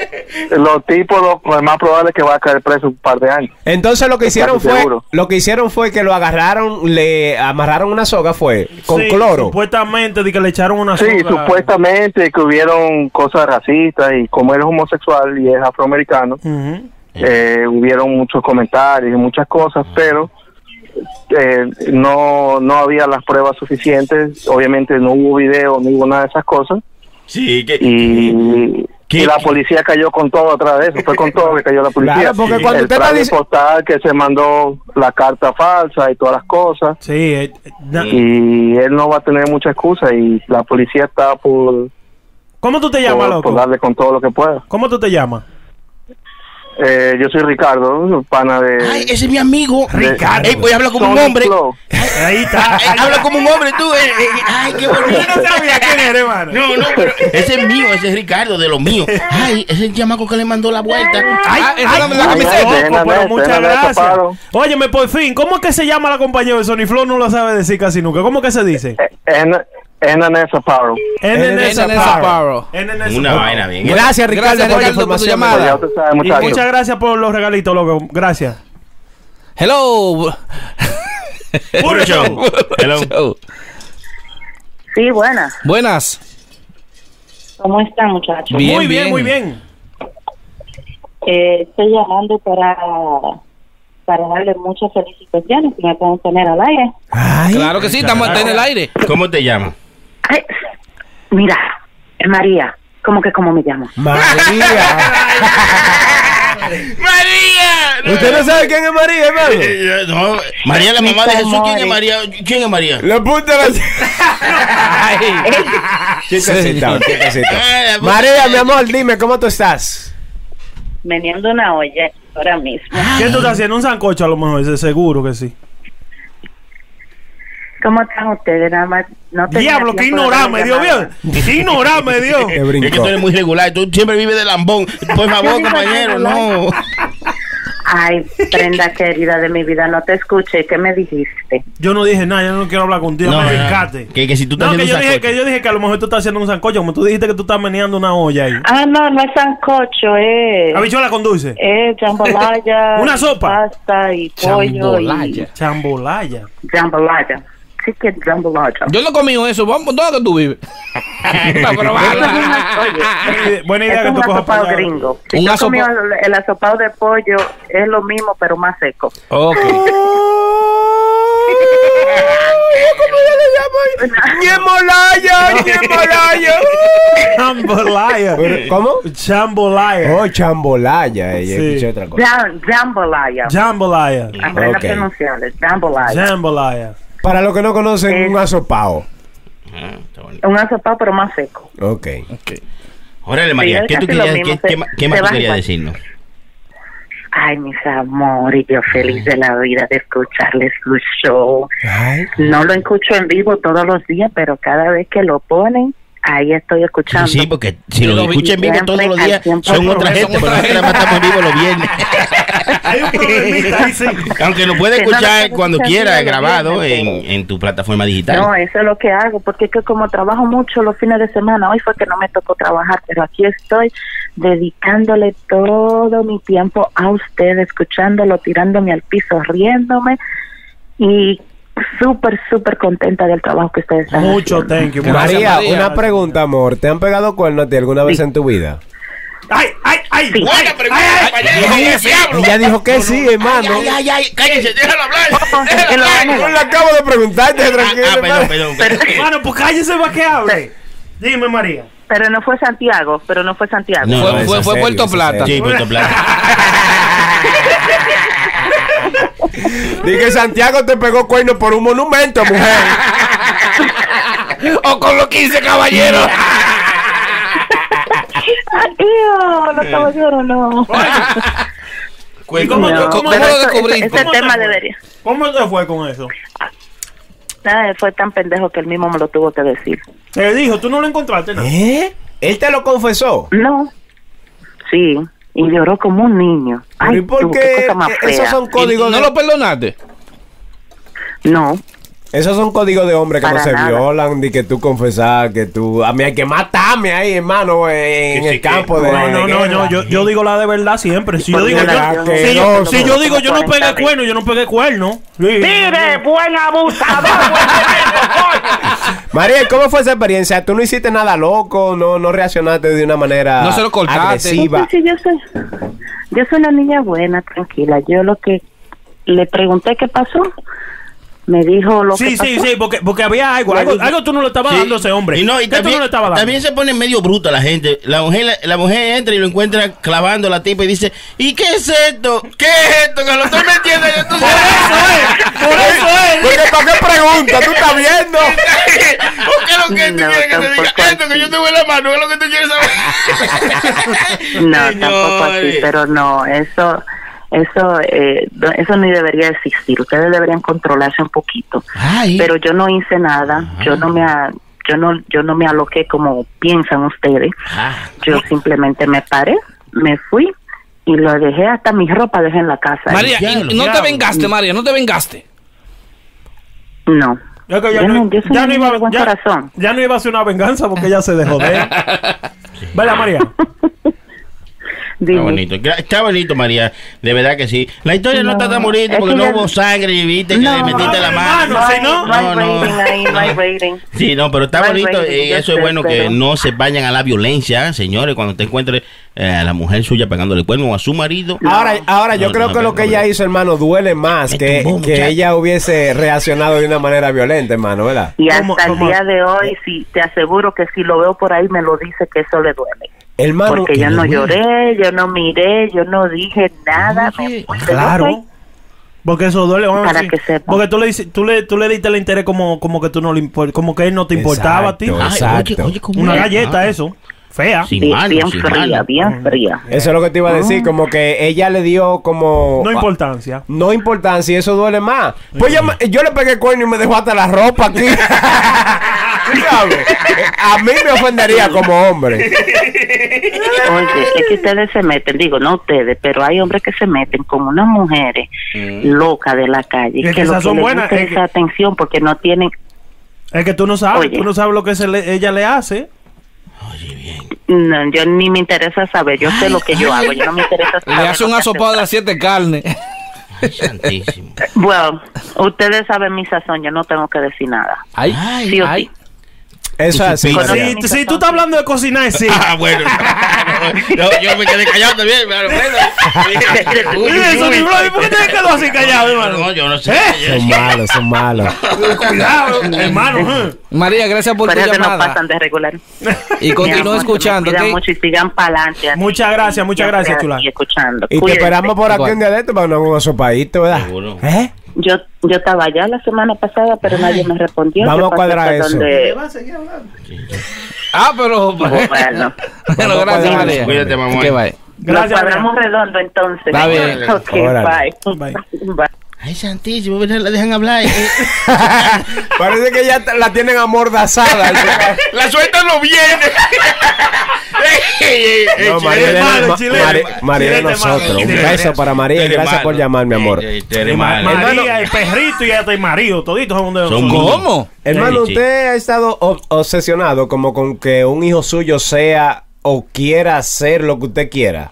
S9: los tipos, lo, lo más probable es que va a caer preso un par de años.
S2: Entonces lo que hicieron
S9: casi
S2: fue,
S9: seguro.
S2: lo que hicieron fue que lo agarraron, le amarraron una soga fue con
S3: Sí,
S2: cloro.
S3: Supuestamente, de que le echaron una
S9: Sí,
S3: soga.
S9: supuestamente que hubieron cosas racistas y como él es homosexual y es afroamericano,
S3: Ujú.
S9: eh, hubieron muchos comentarios y muchas
S2: Ah.
S9: cosas, pero eh, no, no había las pruebas suficientes. Obviamente no hubo video, no hubo nada de esas cosas.
S4: Sí, que-
S9: y,
S4: ¿Qué?
S9: y la policía cayó con todo atrás de eso, fue con todo que cayó la policía.
S2: Claro, porque cuando
S9: el
S2: usted
S9: fraude
S2: está dic-
S9: postal que se mandó la carta falsa y todas las cosas
S3: Sí, eh, eh, na-
S9: y él no va a tener mucha excusa y la policía está por,
S3: ¿Cómo tú te llamas,
S9: por, por
S3: loco?
S9: darle con todo lo que pueda.
S3: ¿Cómo tú te llamas?
S9: Eh, yo soy Ricardo, pana de...
S4: Ay, ese es mi amigo.
S3: Ricardo.
S4: Ey, pues habla como un
S9: Sonic
S4: hombre.
S9: Flow.
S3: Ahí
S4: [laughs]
S3: está.
S4: Ay, habla como un hombre tú. eh, eh, ay, qué bonito.
S3: Yo no sabía quién era, hermano.
S4: No, no, pero ese es mío, ese es Ricardo, de lo mío. Ay, ese es el chamaco que le mandó la vuelta.
S3: Ay,
S5: Ah,
S3: ay,
S5: esa era la
S3: ay,
S9: camiseta.
S3: loco,
S9: Ven a
S3: pero
S9: ver, ven
S3: muchas
S9: a ver,
S3: gracias.
S9: topado.
S3: Óyeme, por fin, ¿cómo es que se llama la compañía de Sony Flow? No lo sabe decir casi nunca. ¿Cómo que se dice?
S9: Eh, en- en Anessa Paro.
S3: NNS
S5: NNS
S3: Apparel.
S5: Apparel.
S3: NNS
S4: Una
S3: Apparel.
S4: vaina bien.
S2: Gracias Ricardo
S5: Gracias,
S2: por la
S5: Ricardo, por tu
S2: información.
S5: llamada.
S9: Ya usted sabe,
S3: Y
S9: muchachos.
S3: muchas gracias por los regalitos, loco. Gracias.
S5: Hello.
S4: Puro
S5: [laughs]
S4: show. Hello.
S5: Hello.
S6: Sí, buena.
S5: Buenas.
S6: ¿Cómo están, muchachos?
S5: Bien,
S3: muy bien,
S5: bien.
S3: muy bien.
S6: Eh, estoy llamando para, para darle muchas felicitaciones que me pueden poner al aire.
S5: Claro que sí, estamos en el aire.
S4: ¿Cómo te llamas?
S6: Ay, mira, eh, María, ¿cómo que cómo me llamo? [laughs]
S2: María.
S7: ¡María! No,
S2: ¿Usted no sabe quién es María, hermano?
S4: Eh, eh, no, María, la mamá de
S6: Mis
S4: Jesús. ¿Quién es
S6: amores.
S4: María? ¿Quién es María?
S2: La punta de
S4: [laughs]
S2: la... Chistecito, chistecito.
S7: [laughs] Eh,
S4: Ay,
S7: pues.
S2: María, mi amor, dime, ¿cómo tú estás?
S6: Meneando una olla ahora mismo.
S3: ¿Qué tú estás haciendo? Un sancocho a lo mejor, ese seguro que sí.
S6: ¿Cómo están ustedes? Nada más. No tenía
S3: Diablo, qué
S6: tiempo de
S3: ignorada
S6: dar
S3: me
S6: la
S3: dio,
S6: llamada.
S3: bien. Qué ignorada me dio.
S2: [laughs] Te brincó.
S4: Es que tú eres muy regular, tú siempre vives
S2: [laughs]
S4: de lambón. Por favor,
S6: vivo de
S4: compañero, no.
S6: lambón. Ay, prenda querida de mi vida, no te escuché. ¿Qué me dijiste?
S3: Yo no dije nada, yo no quiero hablar contigo,
S4: No, no,
S3: me
S4: no.
S3: rescate.
S4: Que- que si tú estás
S3: no, que
S4: haciendo
S3: yo
S4: un
S3: dije,
S4: sancocho.
S3: que yo dije que a lo mejor tú estás haciendo un sancocho, como tú dijiste que tú estás meneando una olla ahí.
S6: Ah, no, no es sancocho, eh.
S3: Habichuela conduce.
S6: Es jambalaya.
S3: [laughs] Una sopa.
S6: Pasta y pollo. y [laughs]
S5: Chambolaya.
S3: Chambolaya.
S6: Jambalaya. Sí que es jambalaya.
S5: Yo no he comido eso. Vamos, ¿dónde que tú vives? Para probarla.
S3: Buena idea- Buena idea
S6: es
S3: que
S6: un
S3: tú cojas
S6: asopado
S3: para allá.
S6: gringo. Si
S5: Un
S6: yo comí
S5: asopado-
S6: el, el asopado de pollo, es lo mismo, pero más seco.
S5: ok.
S6: [laughs]
S2: ¡Ñemolaya! ¡Ñemolaya!
S3: [laughs] Chambolaya.
S2: Pero, ¿Cómo?
S3: Chambolaya.
S2: Oh, chambolaya. eh, yo
S3: Sí.
S2: escuché otra cosa.
S6: Jam- Jambalaya.
S3: Jambalaya.
S2: Ok.
S6: Aprenda a pronunciarle. Jambalaya.
S3: Jambalaya.
S2: Para los que no conocen,
S6: Eh.
S2: un asopao.
S4: Ah, está bonito.
S6: Un asopado, pero más seco.
S2: Ok.
S4: Órale, María,
S6: es
S4: ¿qué, tú
S6: casi lo
S4: querías, qué,
S6: mismo, se-
S4: qué ma- qué
S6: se
S4: más tú
S6: va
S4: querías
S6: igual.
S4: decirnos?
S6: Ay, mis amores, yo feliz de la vida de escucharles su show.
S2: Ay.
S6: No lo escucho en vivo todos los días, pero cada vez que lo ponen, ahí estoy escuchando.
S4: Sí, sí, porque si
S5: Yo
S4: lo
S5: lo vi-
S4: escuchan en vivo todos los
S6: siempre,
S4: días,
S6: al tiempo.
S4: son otra
S5: Son
S4: gente,
S5: otra
S4: pero nosotros
S5: gente.
S4: nada más estamos en vivo los viernes.
S3: Hay un problemita ahí, sí.
S4: Aunque lo puedes
S6: Que no lo
S4: escuchar
S6: puedes
S4: cuando
S6: escuchar
S4: quiera,
S6: todos los
S4: grabado en,
S6: viernes,
S4: en tu plataforma digital.
S6: No, eso es lo que hago, porque es que como trabajo mucho los fines de semana, hoy fue que no me tocó trabajar, pero aquí estoy dedicándole todo mi tiempo a usted, escuchándolo, tirándome al piso, riéndome y súper, súper contenta del trabajo que ustedes están
S3: Mucho
S6: haciendo. [laughs]
S3: thank you.
S5: Gracias,
S2: María,
S5: María.
S2: una pregunta, amor. ¿Te han pegado cuernos a ti alguna vez en tu vida?
S3: ¡Ay, ay, ay!
S6: Sí.
S3: ay,
S7: Buena pregunta,
S3: ay, ay.
S7: compañero. ¿Qué diablo?
S2: Ella dijo que sí, hermano.
S7: Ay, ay, ay, cállese, déjalo
S6: [laughs]
S7: hablar.
S6: que
S7: Déjalo
S6: lo
S7: hablar.
S6: hagan.
S2: Yo le acabo de preguntarte,
S4: Ah,
S2: tranquilo.
S4: ah, perdón,
S2: hermano.
S4: perdón.
S3: [laughs] Mano, pues cállese va que hable. Dime, María.
S6: Pero no fue Santiago, pero no fue Santiago.
S4: No,
S5: Fue-
S4: no,
S5: fue
S4: eso
S5: fue
S2: es serio,
S5: Puerto
S2: eso es
S5: Plata.
S4: Sí, Puerto Plata.
S2: Dije que Santiago te pegó cuernos por un monumento, mujer.
S5: [laughs] o con los 15 caballeros.
S6: [laughs] Ay, tío, los caballeros no.
S3: ¿Y cómo,
S6: No,
S5: cómo
S6: pero
S5: lo
S6: eso-
S5: descubriste?
S6: Ese, ese
S3: cómo te
S6: tema
S3: fue?
S6: debería.
S3: ¿Cómo te fue con eso?
S6: Nada, Eh, fue tan pendejo que él mismo me lo tuvo que decir.
S3: Te dijo, tú no lo encontraste, ¿no?
S2: ¿Eh? Él te lo confesó.
S6: No. Sí, y lloró como un niño.
S2: Pero
S6: Ay,
S2: ¿y por
S6: tú,
S2: qué?
S6: qué cosa más
S2: Eh,
S6: fea.
S2: Esos son
S5: ¿Y
S2: códigos
S5: ¿No
S2: de,
S5: lo perdonaste?
S6: No,
S2: esos son códigos de hombre que no
S6: Para
S2: se
S6: nada.
S2: violan, ni que tú confesas, que tú... A mí hay que matarme ahí, hermano, en,
S7: sí,
S2: el
S7: que-
S2: campo de...
S3: No, no, no, no, yo, yo digo la de verdad siempre. Si yo
S6: Porque
S3: digo, yo,
S6: la
S3: si yo,
S2: asqueroso.
S3: si yo digo yo no pegué
S6: 40
S3: cuerno, yo no pegué cuerno. Sí.
S6: Mire, buen abusador, buen
S2: María, ¿cómo fue esa experiencia? ¿Tú no hiciste nada loco? ¿No, no reaccionaste de una manera
S5: No se lo cortaste.
S2: Ah, agresiva?
S6: Sí, yo soy, yo soy una niña buena, tranquila. Yo lo que le pregunté qué pasó, me dijo lo que
S3: Sí, sí,
S6: pasó.
S3: sí, porque, porque había algo,
S6: Le
S3: algo,
S6: dije-
S3: algo tú no le estabas
S4: Sí.
S3: dando a ese hombre.
S4: Y no, y
S3: ¿Qué tú no
S4: también,
S3: le estabas dando?
S4: también se pone medio bruta la gente. La mujer, la, la mujer entra y lo encuentra clavando a la tipa y dice, ¿y qué es esto? ¿Qué es esto? Que lo estoy metiendo. Yo estoy...
S3: Por eso es.
S2: Porque ¿para qué pregunta? ¿Tú estás viendo?
S7: ¿O [laughs] qué es lo que tú
S6: No,
S7: quieres que te diga?
S6: tampoco
S7: Esto que
S6: así.
S7: yo tengo en la mano es lo que tú quieres saber.
S6: [laughs] No, tampoco así,
S7: Señores.
S6: pero no, eso, eso, eh, no- eso ni debería existir. Ustedes deberían controlarse un poquito.
S4: Ay.
S6: Pero yo no hice nada. Yo no me, a- yo no, yo no me aloqué como piensan ustedes.
S4: Ah.
S6: Yo simplemente me paré, me fui y lo dejé hasta mi ropa dejé en la casa.
S5: María, y
S4: diablo,
S5: no te
S3: diablo.
S5: vengaste, María, no te vengaste.
S6: No.
S3: Ya, que ya
S6: Yo
S3: no,
S6: no- yo
S3: ya
S6: soy una
S3: no
S6: niña de
S3: iba,
S6: buen
S3: ya,
S6: corazón.
S3: ya no iba a ser una venganza porque ya se dejó de
S6: [laughs]
S3: él. ¿Verdad, María?
S6: Dime.
S4: Está bonito, Gra- está bonito María, de verdad que sí. La historia no,
S6: No,
S4: está tan bonita
S6: es
S4: porque
S6: que
S4: no
S6: ya-
S4: hubo sangre y viste que
S6: No.
S4: le metiste la
S3: Ay,
S4: mano.
S3: hermano.
S6: hay-
S3: si no,
S6: no hay
S4: no, no.
S6: rating ahí, no hay rating.
S4: Sí, no, pero está
S6: Ay,
S4: bonito
S6: baby,
S4: y
S6: yo
S4: eso es
S6: sé,
S4: bueno que
S6: pero-
S4: no se vayan a la violencia, señores, cuando usted encuentre eh, a la mujer suya pegándole el cuerno o a su marido.
S2: Ahora, ahora yo
S4: No,
S2: creo
S4: no,
S2: que
S4: no,
S2: lo que
S4: no,
S2: ella
S4: no.
S2: hizo, hermano, duele más
S4: Me
S2: que,
S4: tumbó,
S2: que
S4: muchacho.
S2: ella hubiese reaccionado de una manera violenta, hermano, ¿verdad?
S6: Y
S3: ¿Cómo-
S6: hasta el
S3: cómo?
S6: día de hoy, sí, te aseguro que si lo veo por ahí, me lo dice que eso le duele.
S2: Hermano,
S6: Porque yo
S4: le
S6: no
S4: duele.
S6: lloré, yo no miré, yo no dije nada.
S4: Oye,
S6: me fui. Yo soy-
S3: Claro. Porque eso duele. vamos a
S6: Para
S3: decir.
S6: que sepa.
S3: Porque tú le, dices- tú, le, tú le diste el interés como, como que tú no le impor- como que él no te importaba a ti.
S2: Exacto.
S4: Ay, oye, oye, ¿cómo
S3: Una
S4: es?
S3: galleta,
S4: Ah.
S3: eso. Fea.
S4: Sin
S6: Sí,
S4: mano,
S6: bien
S4: sin
S6: fría,
S4: mano.
S3: Mm.
S6: bien fría.
S2: Eso es lo que te iba a
S5: Ah.
S2: decir, como que ella le dio como...
S3: No
S2: ah,
S3: importancia.
S2: No importancia y eso duele más. Pues ya me- yo le pegué cuerno y me dejó hasta la ropa aquí. [laughs] Tú sabes, A mí me ofendería como
S7: [laughs]
S2: hombre.
S6: Oye, es que ustedes se meten, digo, no ustedes, pero hay hombres que se meten con unas mujeres
S3: Eh,
S6: locas de la calle.
S3: Es que
S6: que lo
S3: esas
S6: que
S3: son
S6: les
S3: buenas,
S6: gusta
S3: es
S6: es
S3: que-
S6: esa atención porque no tienen,
S3: Es que tú no sabes,
S6: Oye.
S3: tú no sabes lo que se le- ella le hace.
S6: no, yo ni me interesa saber, yo sé lo que yo hago, yo no me interesa
S5: Le
S6: saber.
S5: hace un
S6: lo que
S5: asopado de las siete carnes.
S4: Ay, santísimo.
S3: [laughs]
S6: hacen. Bueno, ustedes saben mi sazón, yo no tengo que decir nada.
S5: Ay,
S4: Ay,
S6: Sí o
S5: ay.
S2: Eso es así.
S4: supiste.
S6: Conozco
S3: Si,
S6: mi
S3: si
S6: sazón.
S3: tú estás hablando de cocinar, sí.
S4: [laughs] Ah, bueno. No, yo me quedé callado también.
S8: [laughs]
S4: Pero, bueno.
S3: Y eso, mi brother, ¿Por qué te quedó así callado,
S4: No,
S3: hermano?
S4: yo no sé.
S3: ¿Eh?
S2: Son malos, son malos.
S4: [laughs]
S3: Cuidado, hermano. ¿eh?
S5: María, gracias por
S6: Por
S5: tu
S6: eso no
S5: llamada.
S6: pasan de regular.
S5: Y continúa escuchando,
S6: Cuidan
S5: ¿ok?
S6: mucho y sigan para adelante.
S3: Muchas gracias, muchas gracias, chula.
S6: Y escuchando.
S2: Y te
S6: Cuídense.
S2: esperamos por aquí
S5: Igual.
S2: un día de esto para un sopadito, ¿verdad?
S4: Seguro.
S2: ¿Eh?
S6: Yo, yo estaba allá la semana pasada, pero nadie me respondió.
S2: Vamos
S6: Yo
S2: a
S6: pasé
S2: cuadrar
S6: hasta
S2: eso.
S6: donde-
S5: Ah, pero.
S3: [laughs]
S6: Bueno,
S5: Bueno, gracias,
S2: Cuídate,
S5: María.
S4: cuídate, mamá.
S5: Que bye.
S6: nos
S3: Gracias. Adrián.
S6: cuadramos redondo entonces. [laughs]
S5: Está bien.
S6: Ok,
S2: Órale.
S6: bye.
S3: Bye.
S6: Bye.
S4: Ay, santísimo, ven, la dejan hablar. eh.
S2: Parece que ya la tienen
S4: [laughs]
S2: amordazada.
S10: La suelta no
S2: [laughs]
S10: viene.
S2: No, [laughs] María,
S3: chileno,
S2: de-
S3: hermano,
S2: Ma-
S3: chileno,
S2: Mari-
S3: hermano.
S2: María de
S3: Chileno, hermano.
S2: nosotros. Un
S3: Chileno,
S2: beso para María y gracias por llamar, mi amor.
S3: Ma- María,
S4: María.
S3: el perrito y hasta el marido, toditos son de
S4: Son
S3: son-
S4: muy-
S5: ¿Cómo?
S2: Hermano,
S4: Sí, sí.
S2: usted ha estado ob- obsesionado como con que un hijo suyo sea o quiera hacer lo que usted quiera.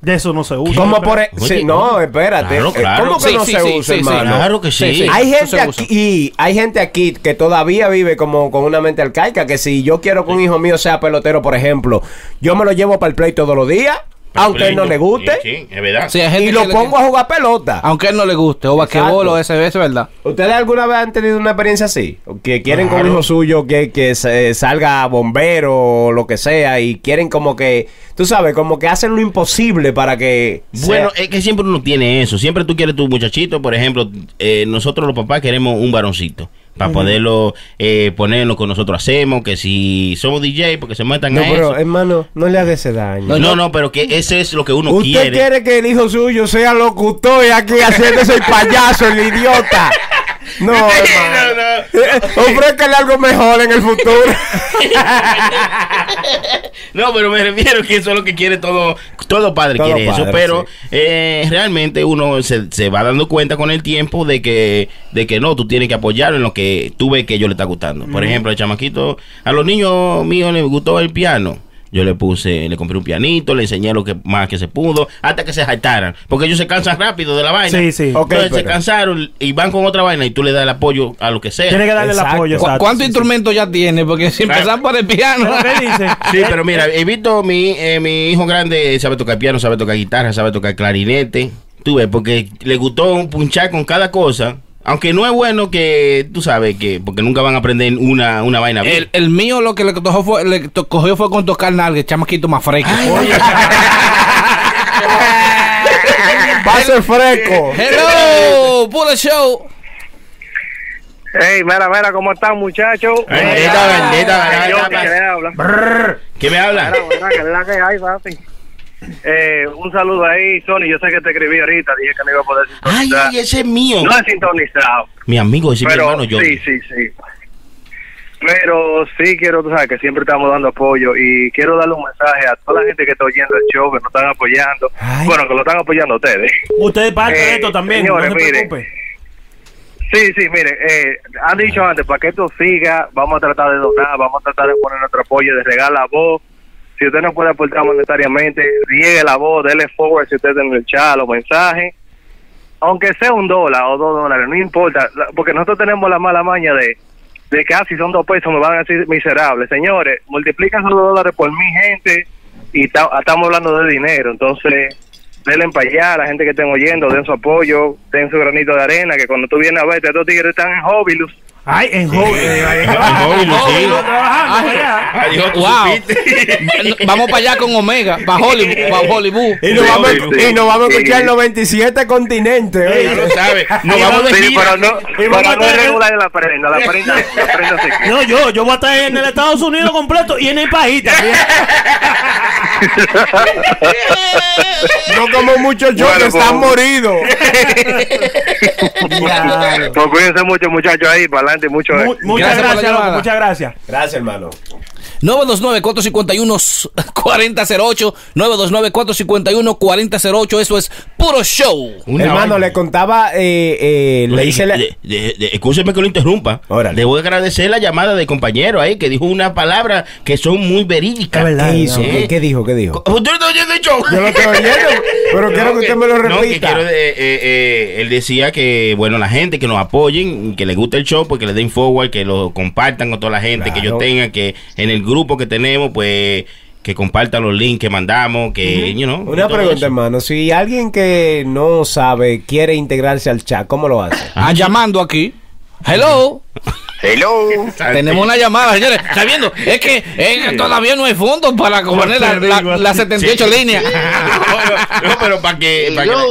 S3: De eso no se usa.
S2: Como por e-
S4: Oye,
S2: sí,
S4: ¿cómo?
S2: no, espérate.
S4: Claro,
S2: Eh,
S4: claro.
S2: ¿Cómo que
S5: Sí,
S2: no
S5: sí,
S2: se
S5: sí,
S2: usa,
S5: sí, sí.
S2: hermano?
S4: Claro que sí.
S2: Hay
S5: eso se
S2: gente
S5: usa.
S2: aquí, hay gente aquí que todavía vive como con una mente arcaica, que si yo quiero que un hijo mío sea pelotero, por ejemplo, yo me lo llevo para el play todos los días, aunque él no le guste,
S4: Sí, sí, es verdad.
S5: Sí, hay gente
S2: y
S5: que
S2: lo
S5: le-
S2: pongo a jugar pelota.
S5: Aunque él no le guste, o basquetbol o ese, ese, ¿verdad?
S2: ¿Ustedes alguna vez han tenido una experiencia así? Que quieren con
S4: Claro.
S2: un hijo suyo que, que se- eh, salga bombero o lo que sea y quieren como que, tú sabes, como que hacen lo imposible para que...
S4: Bueno,
S2: sea-
S4: es que siempre uno tiene eso. Siempre tú quieres tu muchachito, por ejemplo, eh, nosotros los papás queremos un varoncito. Para poderlo eh, poner en lo que nosotros hacemos, que si somos DJ, porque se metan
S2: no,
S4: a
S2: pero
S4: eso.
S2: hermano, no le haga ese daño.
S4: No, no, pero que ese es lo que uno
S2: Usted quiere.
S4: quiere.
S2: que el hijo suyo sea locutor y aquí haciéndose el payaso, el
S4: [laughs]
S2: idiota. No, hermano. [laughs] Eh, Ofrézcale algo mejor en el futuro.
S4: No, pero me refiero que eso es lo que quiere todo, todo padre
S2: Todo
S4: quiere eso,
S2: padre,
S4: pero
S2: sí.
S4: eh, realmente uno se, se va dando cuenta con el tiempo de que, de que no, tú tienes que apoyarlo en lo que tú ves que a ellos le está gustando.
S3: Mm.
S4: Por ejemplo, el chamaquito, a los niños míos les gustó el piano. Yo le puse, le compré un pianito, le enseñé lo que más que se pudo, hasta que se saltaran. Porque ellos se cansan rápido de la vaina.
S3: Sí, sí.
S2: Ok,
S4: Entonces se
S2: pero-
S4: cansaron y van con otra vaina y tú le das el apoyo a lo que sea.
S3: Tiene que darle el
S2: Exacto.
S3: apoyo.
S5: ¿Cu-
S3: exacto.
S5: ¿Cuántos
S3: Sí, sí.
S5: instrumentos ya tiene? Porque si
S4: Claro.
S5: empezamos por el piano.
S3: ¿Pero qué dice?
S4: [laughs] Sí,
S3: Eh,
S4: pero mira, he visto mi, eh, mi hijo grande sabe tocar piano, sabe tocar guitarra, sabe tocar clarinete. Tú ves, porque le gustó un punchar con cada cosa. Aunque no es bueno que, tú sabes, que porque nunca van a aprender una, una vaina bien.
S5: El, el mío lo que le cogió fue, le to- cogió fue con tocar nalga, el chamaquito más fresco. [laughs]
S2: Va a ser fresco.
S5: Hello, puro show.
S8: Hey, mira, mira, ¿cómo están, muchachos?
S4: Ay, bendita, bendita, bendita,
S8: Yo,
S4: bendita.
S8: que le habla.
S4: ¿Qué me habla?
S8: Mira, buena, que es la que hay, papi. Eh, un saludo ahí, Sony. Yo sé que te escribí ahorita, dije que no iba a poder
S4: Ay,
S8: sintonizar.
S4: ay, ese es mío.
S8: no he sintonizado,
S4: Mi amigo, ese es mi
S8: pero
S4: hermano yo.
S8: sí, sí, sí. Pero sí quiero, tú sabes que siempre estamos dando apoyo y quiero darle un mensaje a toda la gente que está oyendo el show, que nos están apoyando.
S2: Ay.
S8: Bueno, que lo están apoyando a ustedes.
S3: Ustedes parte de
S8: Eh,
S3: esto también,
S8: señores,
S3: no se
S8: miren.
S3: preocupe.
S8: Sí, sí, mire, eh, han dicho antes, para que esto siga, vamos a tratar de donar, vamos a tratar de poner nuestro apoyo, de regalar la voz. Si usted no puede aportar monetariamente, riegue la voz, déle forward si usted tiene en el chat los mensajes. Aunque sea un dólar o dos dólares, no importa, la- porque nosotros tenemos la mala maña de, de que ah, si son dos pesos me van a decir miserable. Señores, multiplican esos dos dólares por mi gente y ta- ah, estamos hablando de dinero, entonces denle para allá a la gente que estén oyendo, den su apoyo, den su granito de arena, que cuando tú vienes a ver, estos tigres están en Hobilus
S3: Ay, en hobby. eh, En
S7: hobby,
S3: hobby,
S7: sí.
S3: no trabajando, ¿verdad?
S7: Adiós, tú
S5: Wow.
S7: supiste.
S5: [laughs] Vamos para allá con Omega, para Hollywood. Para Hollywood.
S2: Y nos
S7: Sí,
S2: vamos,
S7: sí,
S2: y nos vamos a
S8: sí.
S2: escuchar en los 27 continentes.
S7: Ya
S2: oye.
S7: lo
S2: [laughs]
S7: sabes. Nos vamos de
S8: Sí,
S7: gira.
S8: pero no,
S3: Y vamos a
S8: pero no es
S3: tener-
S8: regular en la prenda. La prenda, la prenda se quita.
S3: No, yo, yo voy a estar en el Estados Unidos completo y en el país también.
S2: No como muchos yo
S8: Bueno,
S2: que están
S8: pues-
S2: moridos.
S3: [laughs] Claro.
S8: Pues cuídense mucho, muchachos, ahí, para adelante, mucho.
S3: Mu-
S8: eh.
S3: muchas
S5: Gracias por la
S3: gracias, loco,
S5: llamada.
S3: muchas gracias.
S5: 929-451-4008. 929-451-4008. Eso es puro show.
S4: Una
S2: Hermano,
S4: vaina.
S2: le contaba, eh, eh, le
S4: Oye,
S2: hice la-
S4: de- de- de- Escúcheme que lo interrumpa.
S2: Órale.
S4: Debo agradecer la llamada del compañero ahí que dijo una palabra que son muy verídicas.
S3: Es verdad,
S2: ¿Qué
S3: Ay,
S2: hizo?
S4: no.
S2: ¿Qué, qué dijo? ¿Qué dijo?
S7: ¿Usted no está oyendo el show?
S2: Yo lo estoy oyendo, pero quiero que
S4: No,
S2: usted me lo
S4: no, que
S2: repita.
S4: quiero, eh, eh, eh, él decía que, bueno, la gente que nos apoyen, que les guste el show, pues que le den forward, que lo compartan con toda la gente que
S2: Claro.
S4: ellos tengan, que en el grupo que tenemos, pues que compartan los links que mandamos, que, you know, y
S2: Una
S4: todo
S2: pregunta,
S4: eso.
S2: hermano. Si alguien que no sabe quiere integrarse al chat, ¿cómo lo hace?
S5: Ah, llamando aquí. Hello.
S8: Hello.
S5: Tenemos una llamada, señores. ¿Está viendo? Es que, es que todavía no hay fondos para poner la- la- las 78 líneas.
S4: no, no, pero para que, para que, la-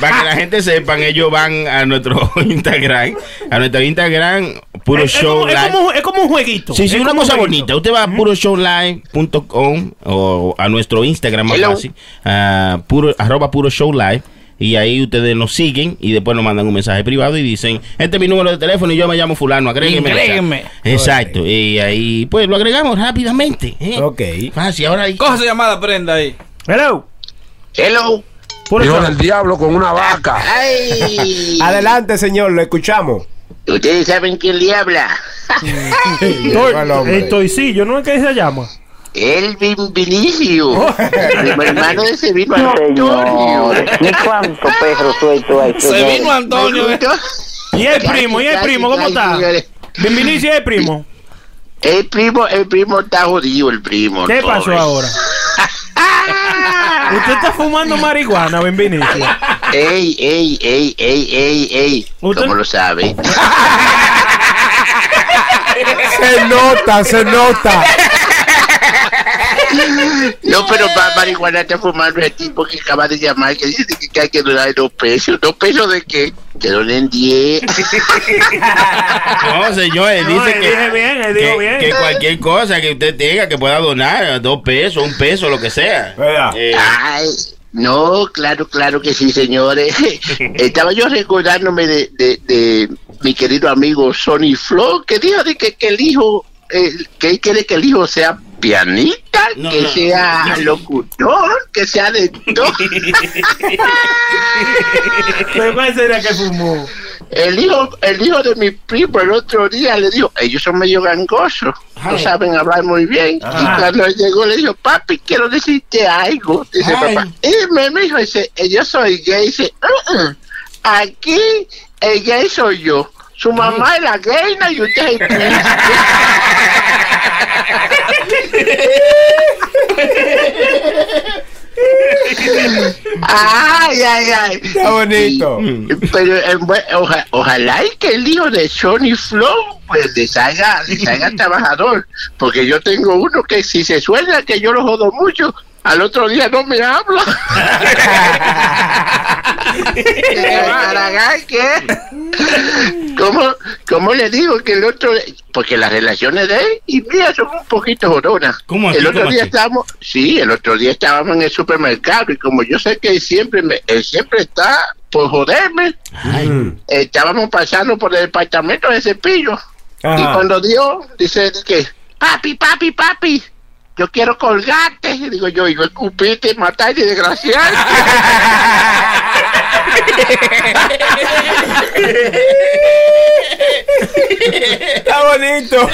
S4: para que la gente sepan, ellos van a nuestro [laughs] Instagram, a nuestro Instagram, puro
S3: Es, es
S4: show
S3: como, es
S4: live.
S3: como- es como un jueguito.
S4: Sí, sí,
S3: Es
S4: una
S3: como un
S4: cosa bonita.
S3: jueguito.
S4: Usted va a puroshowlive.com o a nuestro Instagram más
S8: Hello.
S4: fácil, ah, puro, arroba puro show live. Y ahí ustedes nos siguen y después nos mandan un mensaje privado y dicen, este es mi número de teléfono y yo me llamo fulano, agréguenme.
S5: Agréguenme.
S4: Exacto. Y ahí pues lo agregamos rápidamente. ¿eh?
S2: Ok.
S4: Fácil, ahora ahí.
S5: Coge su llamada, prenda ahí.
S3: Hello.
S8: Hello.
S3: Puro
S11: Hijo
S3: show.
S11: del diablo con una vaca.
S10: Ay,
S2: Adelante, señor, lo escuchamos.
S10: ustedes saben quién le habla.
S3: Estoy,
S2: Llegó el hombre.
S3: estoy- sí, yo no es que se llama.
S10: Elvin Vinicio,
S2: Oh.
S10: primo hermano de Sevino Antonio.
S6: ¿Y cuánto perro suelto hay?
S5: Se
S6: señores?
S5: vino Antonio.
S10: Me gustó.
S3: Y el primo, y el
S10: Gracias,
S3: primo, ¿cómo
S10: gracias,
S3: está?
S10: señores.
S3: Bienvenido, y el primo.
S10: El primo, el primo está jodido, el primo.
S3: ¿Qué
S10: pobre.
S3: pasó ahora? Usted está fumando marihuana, bienvenido.
S10: Ey, ey, ey, ey, ey, ey.
S3: ¿Usted?
S10: ¿Cómo lo sabe?
S2: Se nota, se nota.
S10: No, pero va marihuana está fumando el tipo que acaba de llamar que dice que hay que donar dos pesos. ¿Dos pesos de qué? Que donen diez.
S4: [laughs] No, señores,
S3: No,
S4: dice
S3: él
S4: que,
S3: dije bien, él
S4: que-
S3: dijo bien.
S4: que cualquier cosa que usted tenga que pueda donar, dos pesos, un peso, lo que sea.
S2: Vea.
S4: Eh,
S10: Ay, no, claro, claro que sí, señores. Estaba yo recordándome de, de- de mi querido amigo Sonny Flo, que dijo de que, que el hijo, eh, que él quiere que el hijo sea pianista,
S4: No,
S10: que
S4: no.
S10: sea locutor, que sea de todo.
S3: [laughs] ¿Pero ¿Cuál sería que fumó?
S10: El hijo, el hijo de mi primo el otro día le dijo, ellos son medio gangosos, no saben hablar muy bien.
S3: Ajá.
S10: Y cuando llegó le dijo, papi, quiero decirte algo. Dice
S4: Ay.
S10: papá, y me me dijo, dice, "Eh, yo soy gay. Dice, "Uh, uh, aquí el gay soy yo. Su mamá es la gayna y usted es el príncipe". Ay, ay, ay.
S2: Está bonito.
S10: Pero eh, bueno, oja- ojalá y que el hijo de Sony Flow pues les haga, les
S2: [laughs]
S10: haga trabajador, porque yo tengo uno que si se suena que yo lo jodo mucho, al otro día no me
S2: [laughs]
S10: habla. Eh, Maragall, ¿qué? ¿Cómo, ¿Cómo le digo que el otro, porque las relaciones de él y mías son un poquito joronas?
S4: ¿Cómo así,
S10: el otro
S4: cómo
S10: día
S4: así?
S10: estábamos, sí, el otro día estábamos en el supermercado y como yo sé que él siempre, me, él siempre está por joderme, estábamos pasando por el departamento de cepillo y
S2: Ajá.
S10: cuando dio, dice que, papi, papi, papi, yo quiero colgarte. Y digo yo, yo escupirte, matarte y [laughs]
S4: [laughs]
S10: desgraciarte.
S2: Está bonito.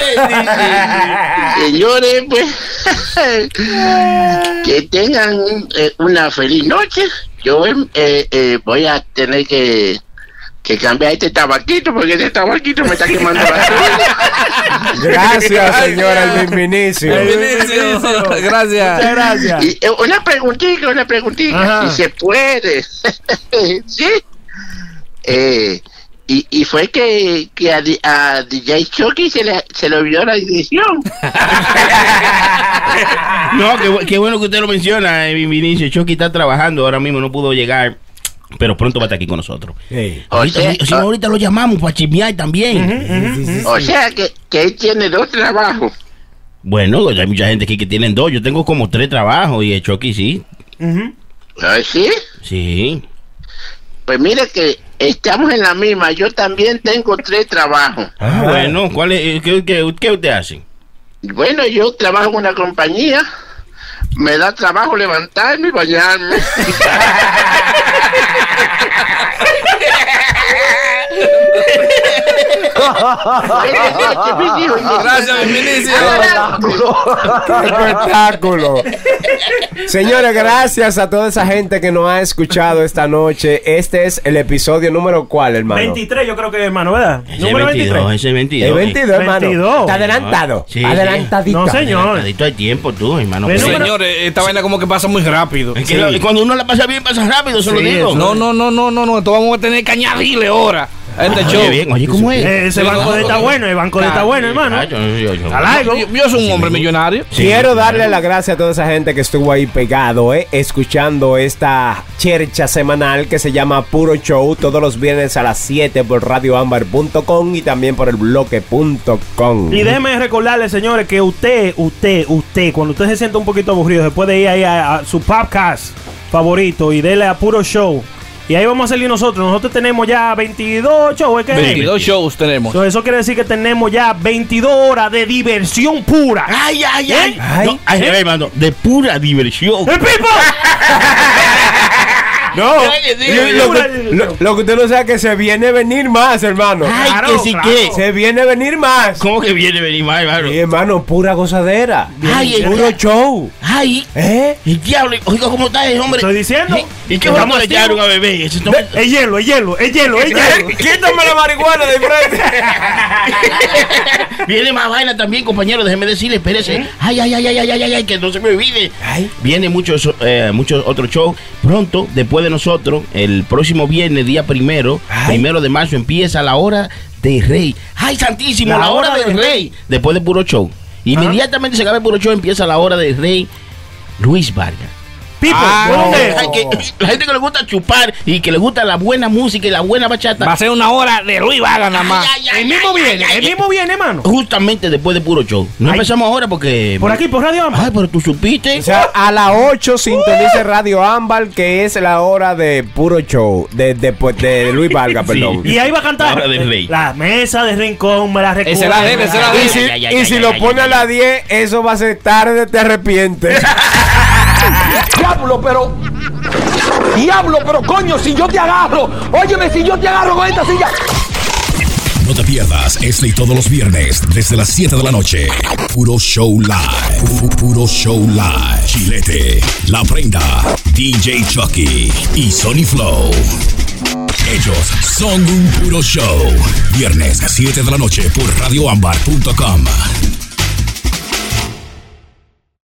S10: Señores, pues, que tengan eh, una feliz noche. Yo em, eh, eh, voy a tener que, que cambiar este tabaquito porque este tabaquito me está quemando la cédula.
S2: Gracias, señor Alvin
S3: Alvin
S2: Vinicio.
S3: Muchas
S5: Gracias.
S3: gracias.
S10: Y, eh, una preguntita, una [laughs] preguntita,
S3: Ajá.
S10: si se puede. sí. Eh, Y, y fue que, que a, Di- a DJ Chucky se le, se le olvidó la dirección.
S4: No, qué, bu- qué bueno que usted lo menciona, eh, Vinicio. Chucky está trabajando ahora mismo, no pudo llegar, pero pronto va a estar aquí con nosotros. Ahorita,
S10: sea,
S4: si- si no,
S10: ah.
S4: ahorita lo llamamos para chismear también.
S10: O sea que, que él tiene dos trabajos.
S4: Bueno, hay mucha gente aquí que tienen dos. Yo tengo como tres trabajos y el Chucky sí.
S10: ¿Ah, sí?
S4: Sí.
S10: Pues mira que estamos en la misma. Yo también tengo tres trabajos.
S4: Ah, bueno, ¿cuál es, qué, qué- qué usted hace?
S10: Bueno, yo trabajo en una compañía. Me da trabajo levantarme y bañarme. Buenas noches, mi hijo.
S7: Gracias,
S2: ¡Qué espectáculo! Señores, gracias a toda esa gente que nos ha escuchado esta noche. Este es el episodio número cuál, hermano.
S3: 23, yo creo que, hermano, ¿verdad?
S4: Ese 22, ese 22.
S2: El 22, hermano.
S3: 22.
S2: Está adelantado.
S4: Sí, sí.
S2: Adelantadito.
S3: No, señor.
S4: Adelantadito hay tiempo tú, hermano.
S3: Bueno,
S4: Porque-
S5: Señores, esta vaina como que pasa muy rápido.
S4: Es que la- cuando uno la pasa bien, pasa rápido, se lo
S5: Sí,
S4: digo.
S5: No, no, no, no, no, no. Esto vamos a tener que añadirle ahora a este
S4: Oye,
S5: show.
S4: bien, oye, ¿cómo es?
S3: Eh, Ese
S5: Sí,
S3: banco
S5: no,
S3: de está
S5: no,
S3: bueno, el banco de está bueno, hermano.
S4: Ah, yo- yo- yo-
S3: Está largo.
S5: Yo, yo soy un hombre millonario.
S4: Sí,
S2: Quiero
S4: claro.
S2: darle la gracia a toda esa gente que estuvo ahí pegado, eh, escuchando esta chercha semanal que se llama Puro Show todos los viernes a las 7 por radioambar.com y también por el bloque.com.
S3: Y déjenme recordarles, señores, que usted, usted, usted, cuando usted se sienta un poquito aburrido, se puede ir ahí a, a su podcast favorito y dele a puro show. Y ahí vamos a salir nosotros. Nosotros tenemos ya 22 shows. ¿qué es?
S5: 22 shows tenemos.
S3: So, eso quiere decir que tenemos ya 22 horas de diversión pura.
S4: Ay, ay,
S3: ¿Eh?
S4: ay. No, ay, ay, hermano, de pura diversión.
S3: ¡El Pipo!
S2: No,
S4: Sí,
S2: lo, que, lo- lo que usted no sabe es que se viene a venir más, hermano.
S4: Ay,
S3: Claro,
S4: que sí
S3: claro.
S4: que.
S2: Se viene a venir más.
S4: ¿Cómo que viene venir más, hermano?
S2: Sí, hermano, pura gozadera.
S4: Ay, el-
S2: puro show.
S4: Ay,
S2: ¿Eh?
S4: el [laughs] diablo. Oiga, ¿cómo está el hombre?
S3: Estoy diciendo.
S4: ¿Y qué
S3: Estamos
S4: vamos a
S3: activos.
S4: echar a un bebé? Ese toma-
S3: Ve, Es hielo, es hielo, es hielo, es
S4: [laughs]
S3: hielo.
S2: Quítame la marihuana de frente.
S4: Viene más vaina también, compañero. Déjeme decirle, espérese.
S3: ¿Eh?
S4: Ay, ay, ay, ay, ay, ay, ay, que no se me olvide.
S2: Ay.
S4: Viene muchos, eh, muchos otros shows pronto, después de nosotros. El próximo viernes, día primero,
S2: Ay.
S4: primero de marzo, empieza la hora del rey. ¡Ay, santísimo! La, hora, del rey. Después de puro show. Inmediatamente se acaba el puro show, empieza la hora del rey Luis Vargas.
S3: Pipo,
S5: Ah,
S3: ¿dónde?
S4: Ay, que- [laughs] la gente que le gusta chupar y que le gusta la buena música y la buena bachata.
S5: Va a ser una hora de Luis Vaga nada más.
S4: Ay, ay, ay,
S3: El mismo
S4: ay,
S3: viene,
S4: ay,
S3: el
S4: ay.
S3: mismo viene, hermano.
S4: Justamente después de puro show. No
S3: Ay.
S4: empezamos ahora porque.
S3: Por aquí, por Radio Ampa.
S4: Ay, pero tú supiste.
S2: O sea, a las 8 sintonice Radio Ámbar, que es la hora de puro show. De, de, de Luis Vargas,
S4: Sí.
S2: perdón.
S3: Y ahí va a cantar.
S4: La hora del rey.
S3: La mesa de rincón, me la recuerdo.
S5: Esa es la de él, esa es la de
S2: Y
S5: él.
S2: si,
S4: Ay, ay, ay,
S2: y
S4: ay,
S2: si
S4: ay,
S2: lo
S4: ay,
S2: pone a
S4: ay.
S2: las 10, eso va a ser tarde, te arrepientes.
S11: [laughs] Diablo, pero. Diablo, pero coño, si yo te agarro. Óyeme, si yo te agarro con esta silla.
S1: No te pierdas este y todos los viernes desde las 7 de la noche. Puro Show Live. Pu- Puro Show Live. Chilete, La Prenda, DJ Chucky y Sony Flow. Ellos son un puro show. Viernes 7 de la noche por radioambar.com.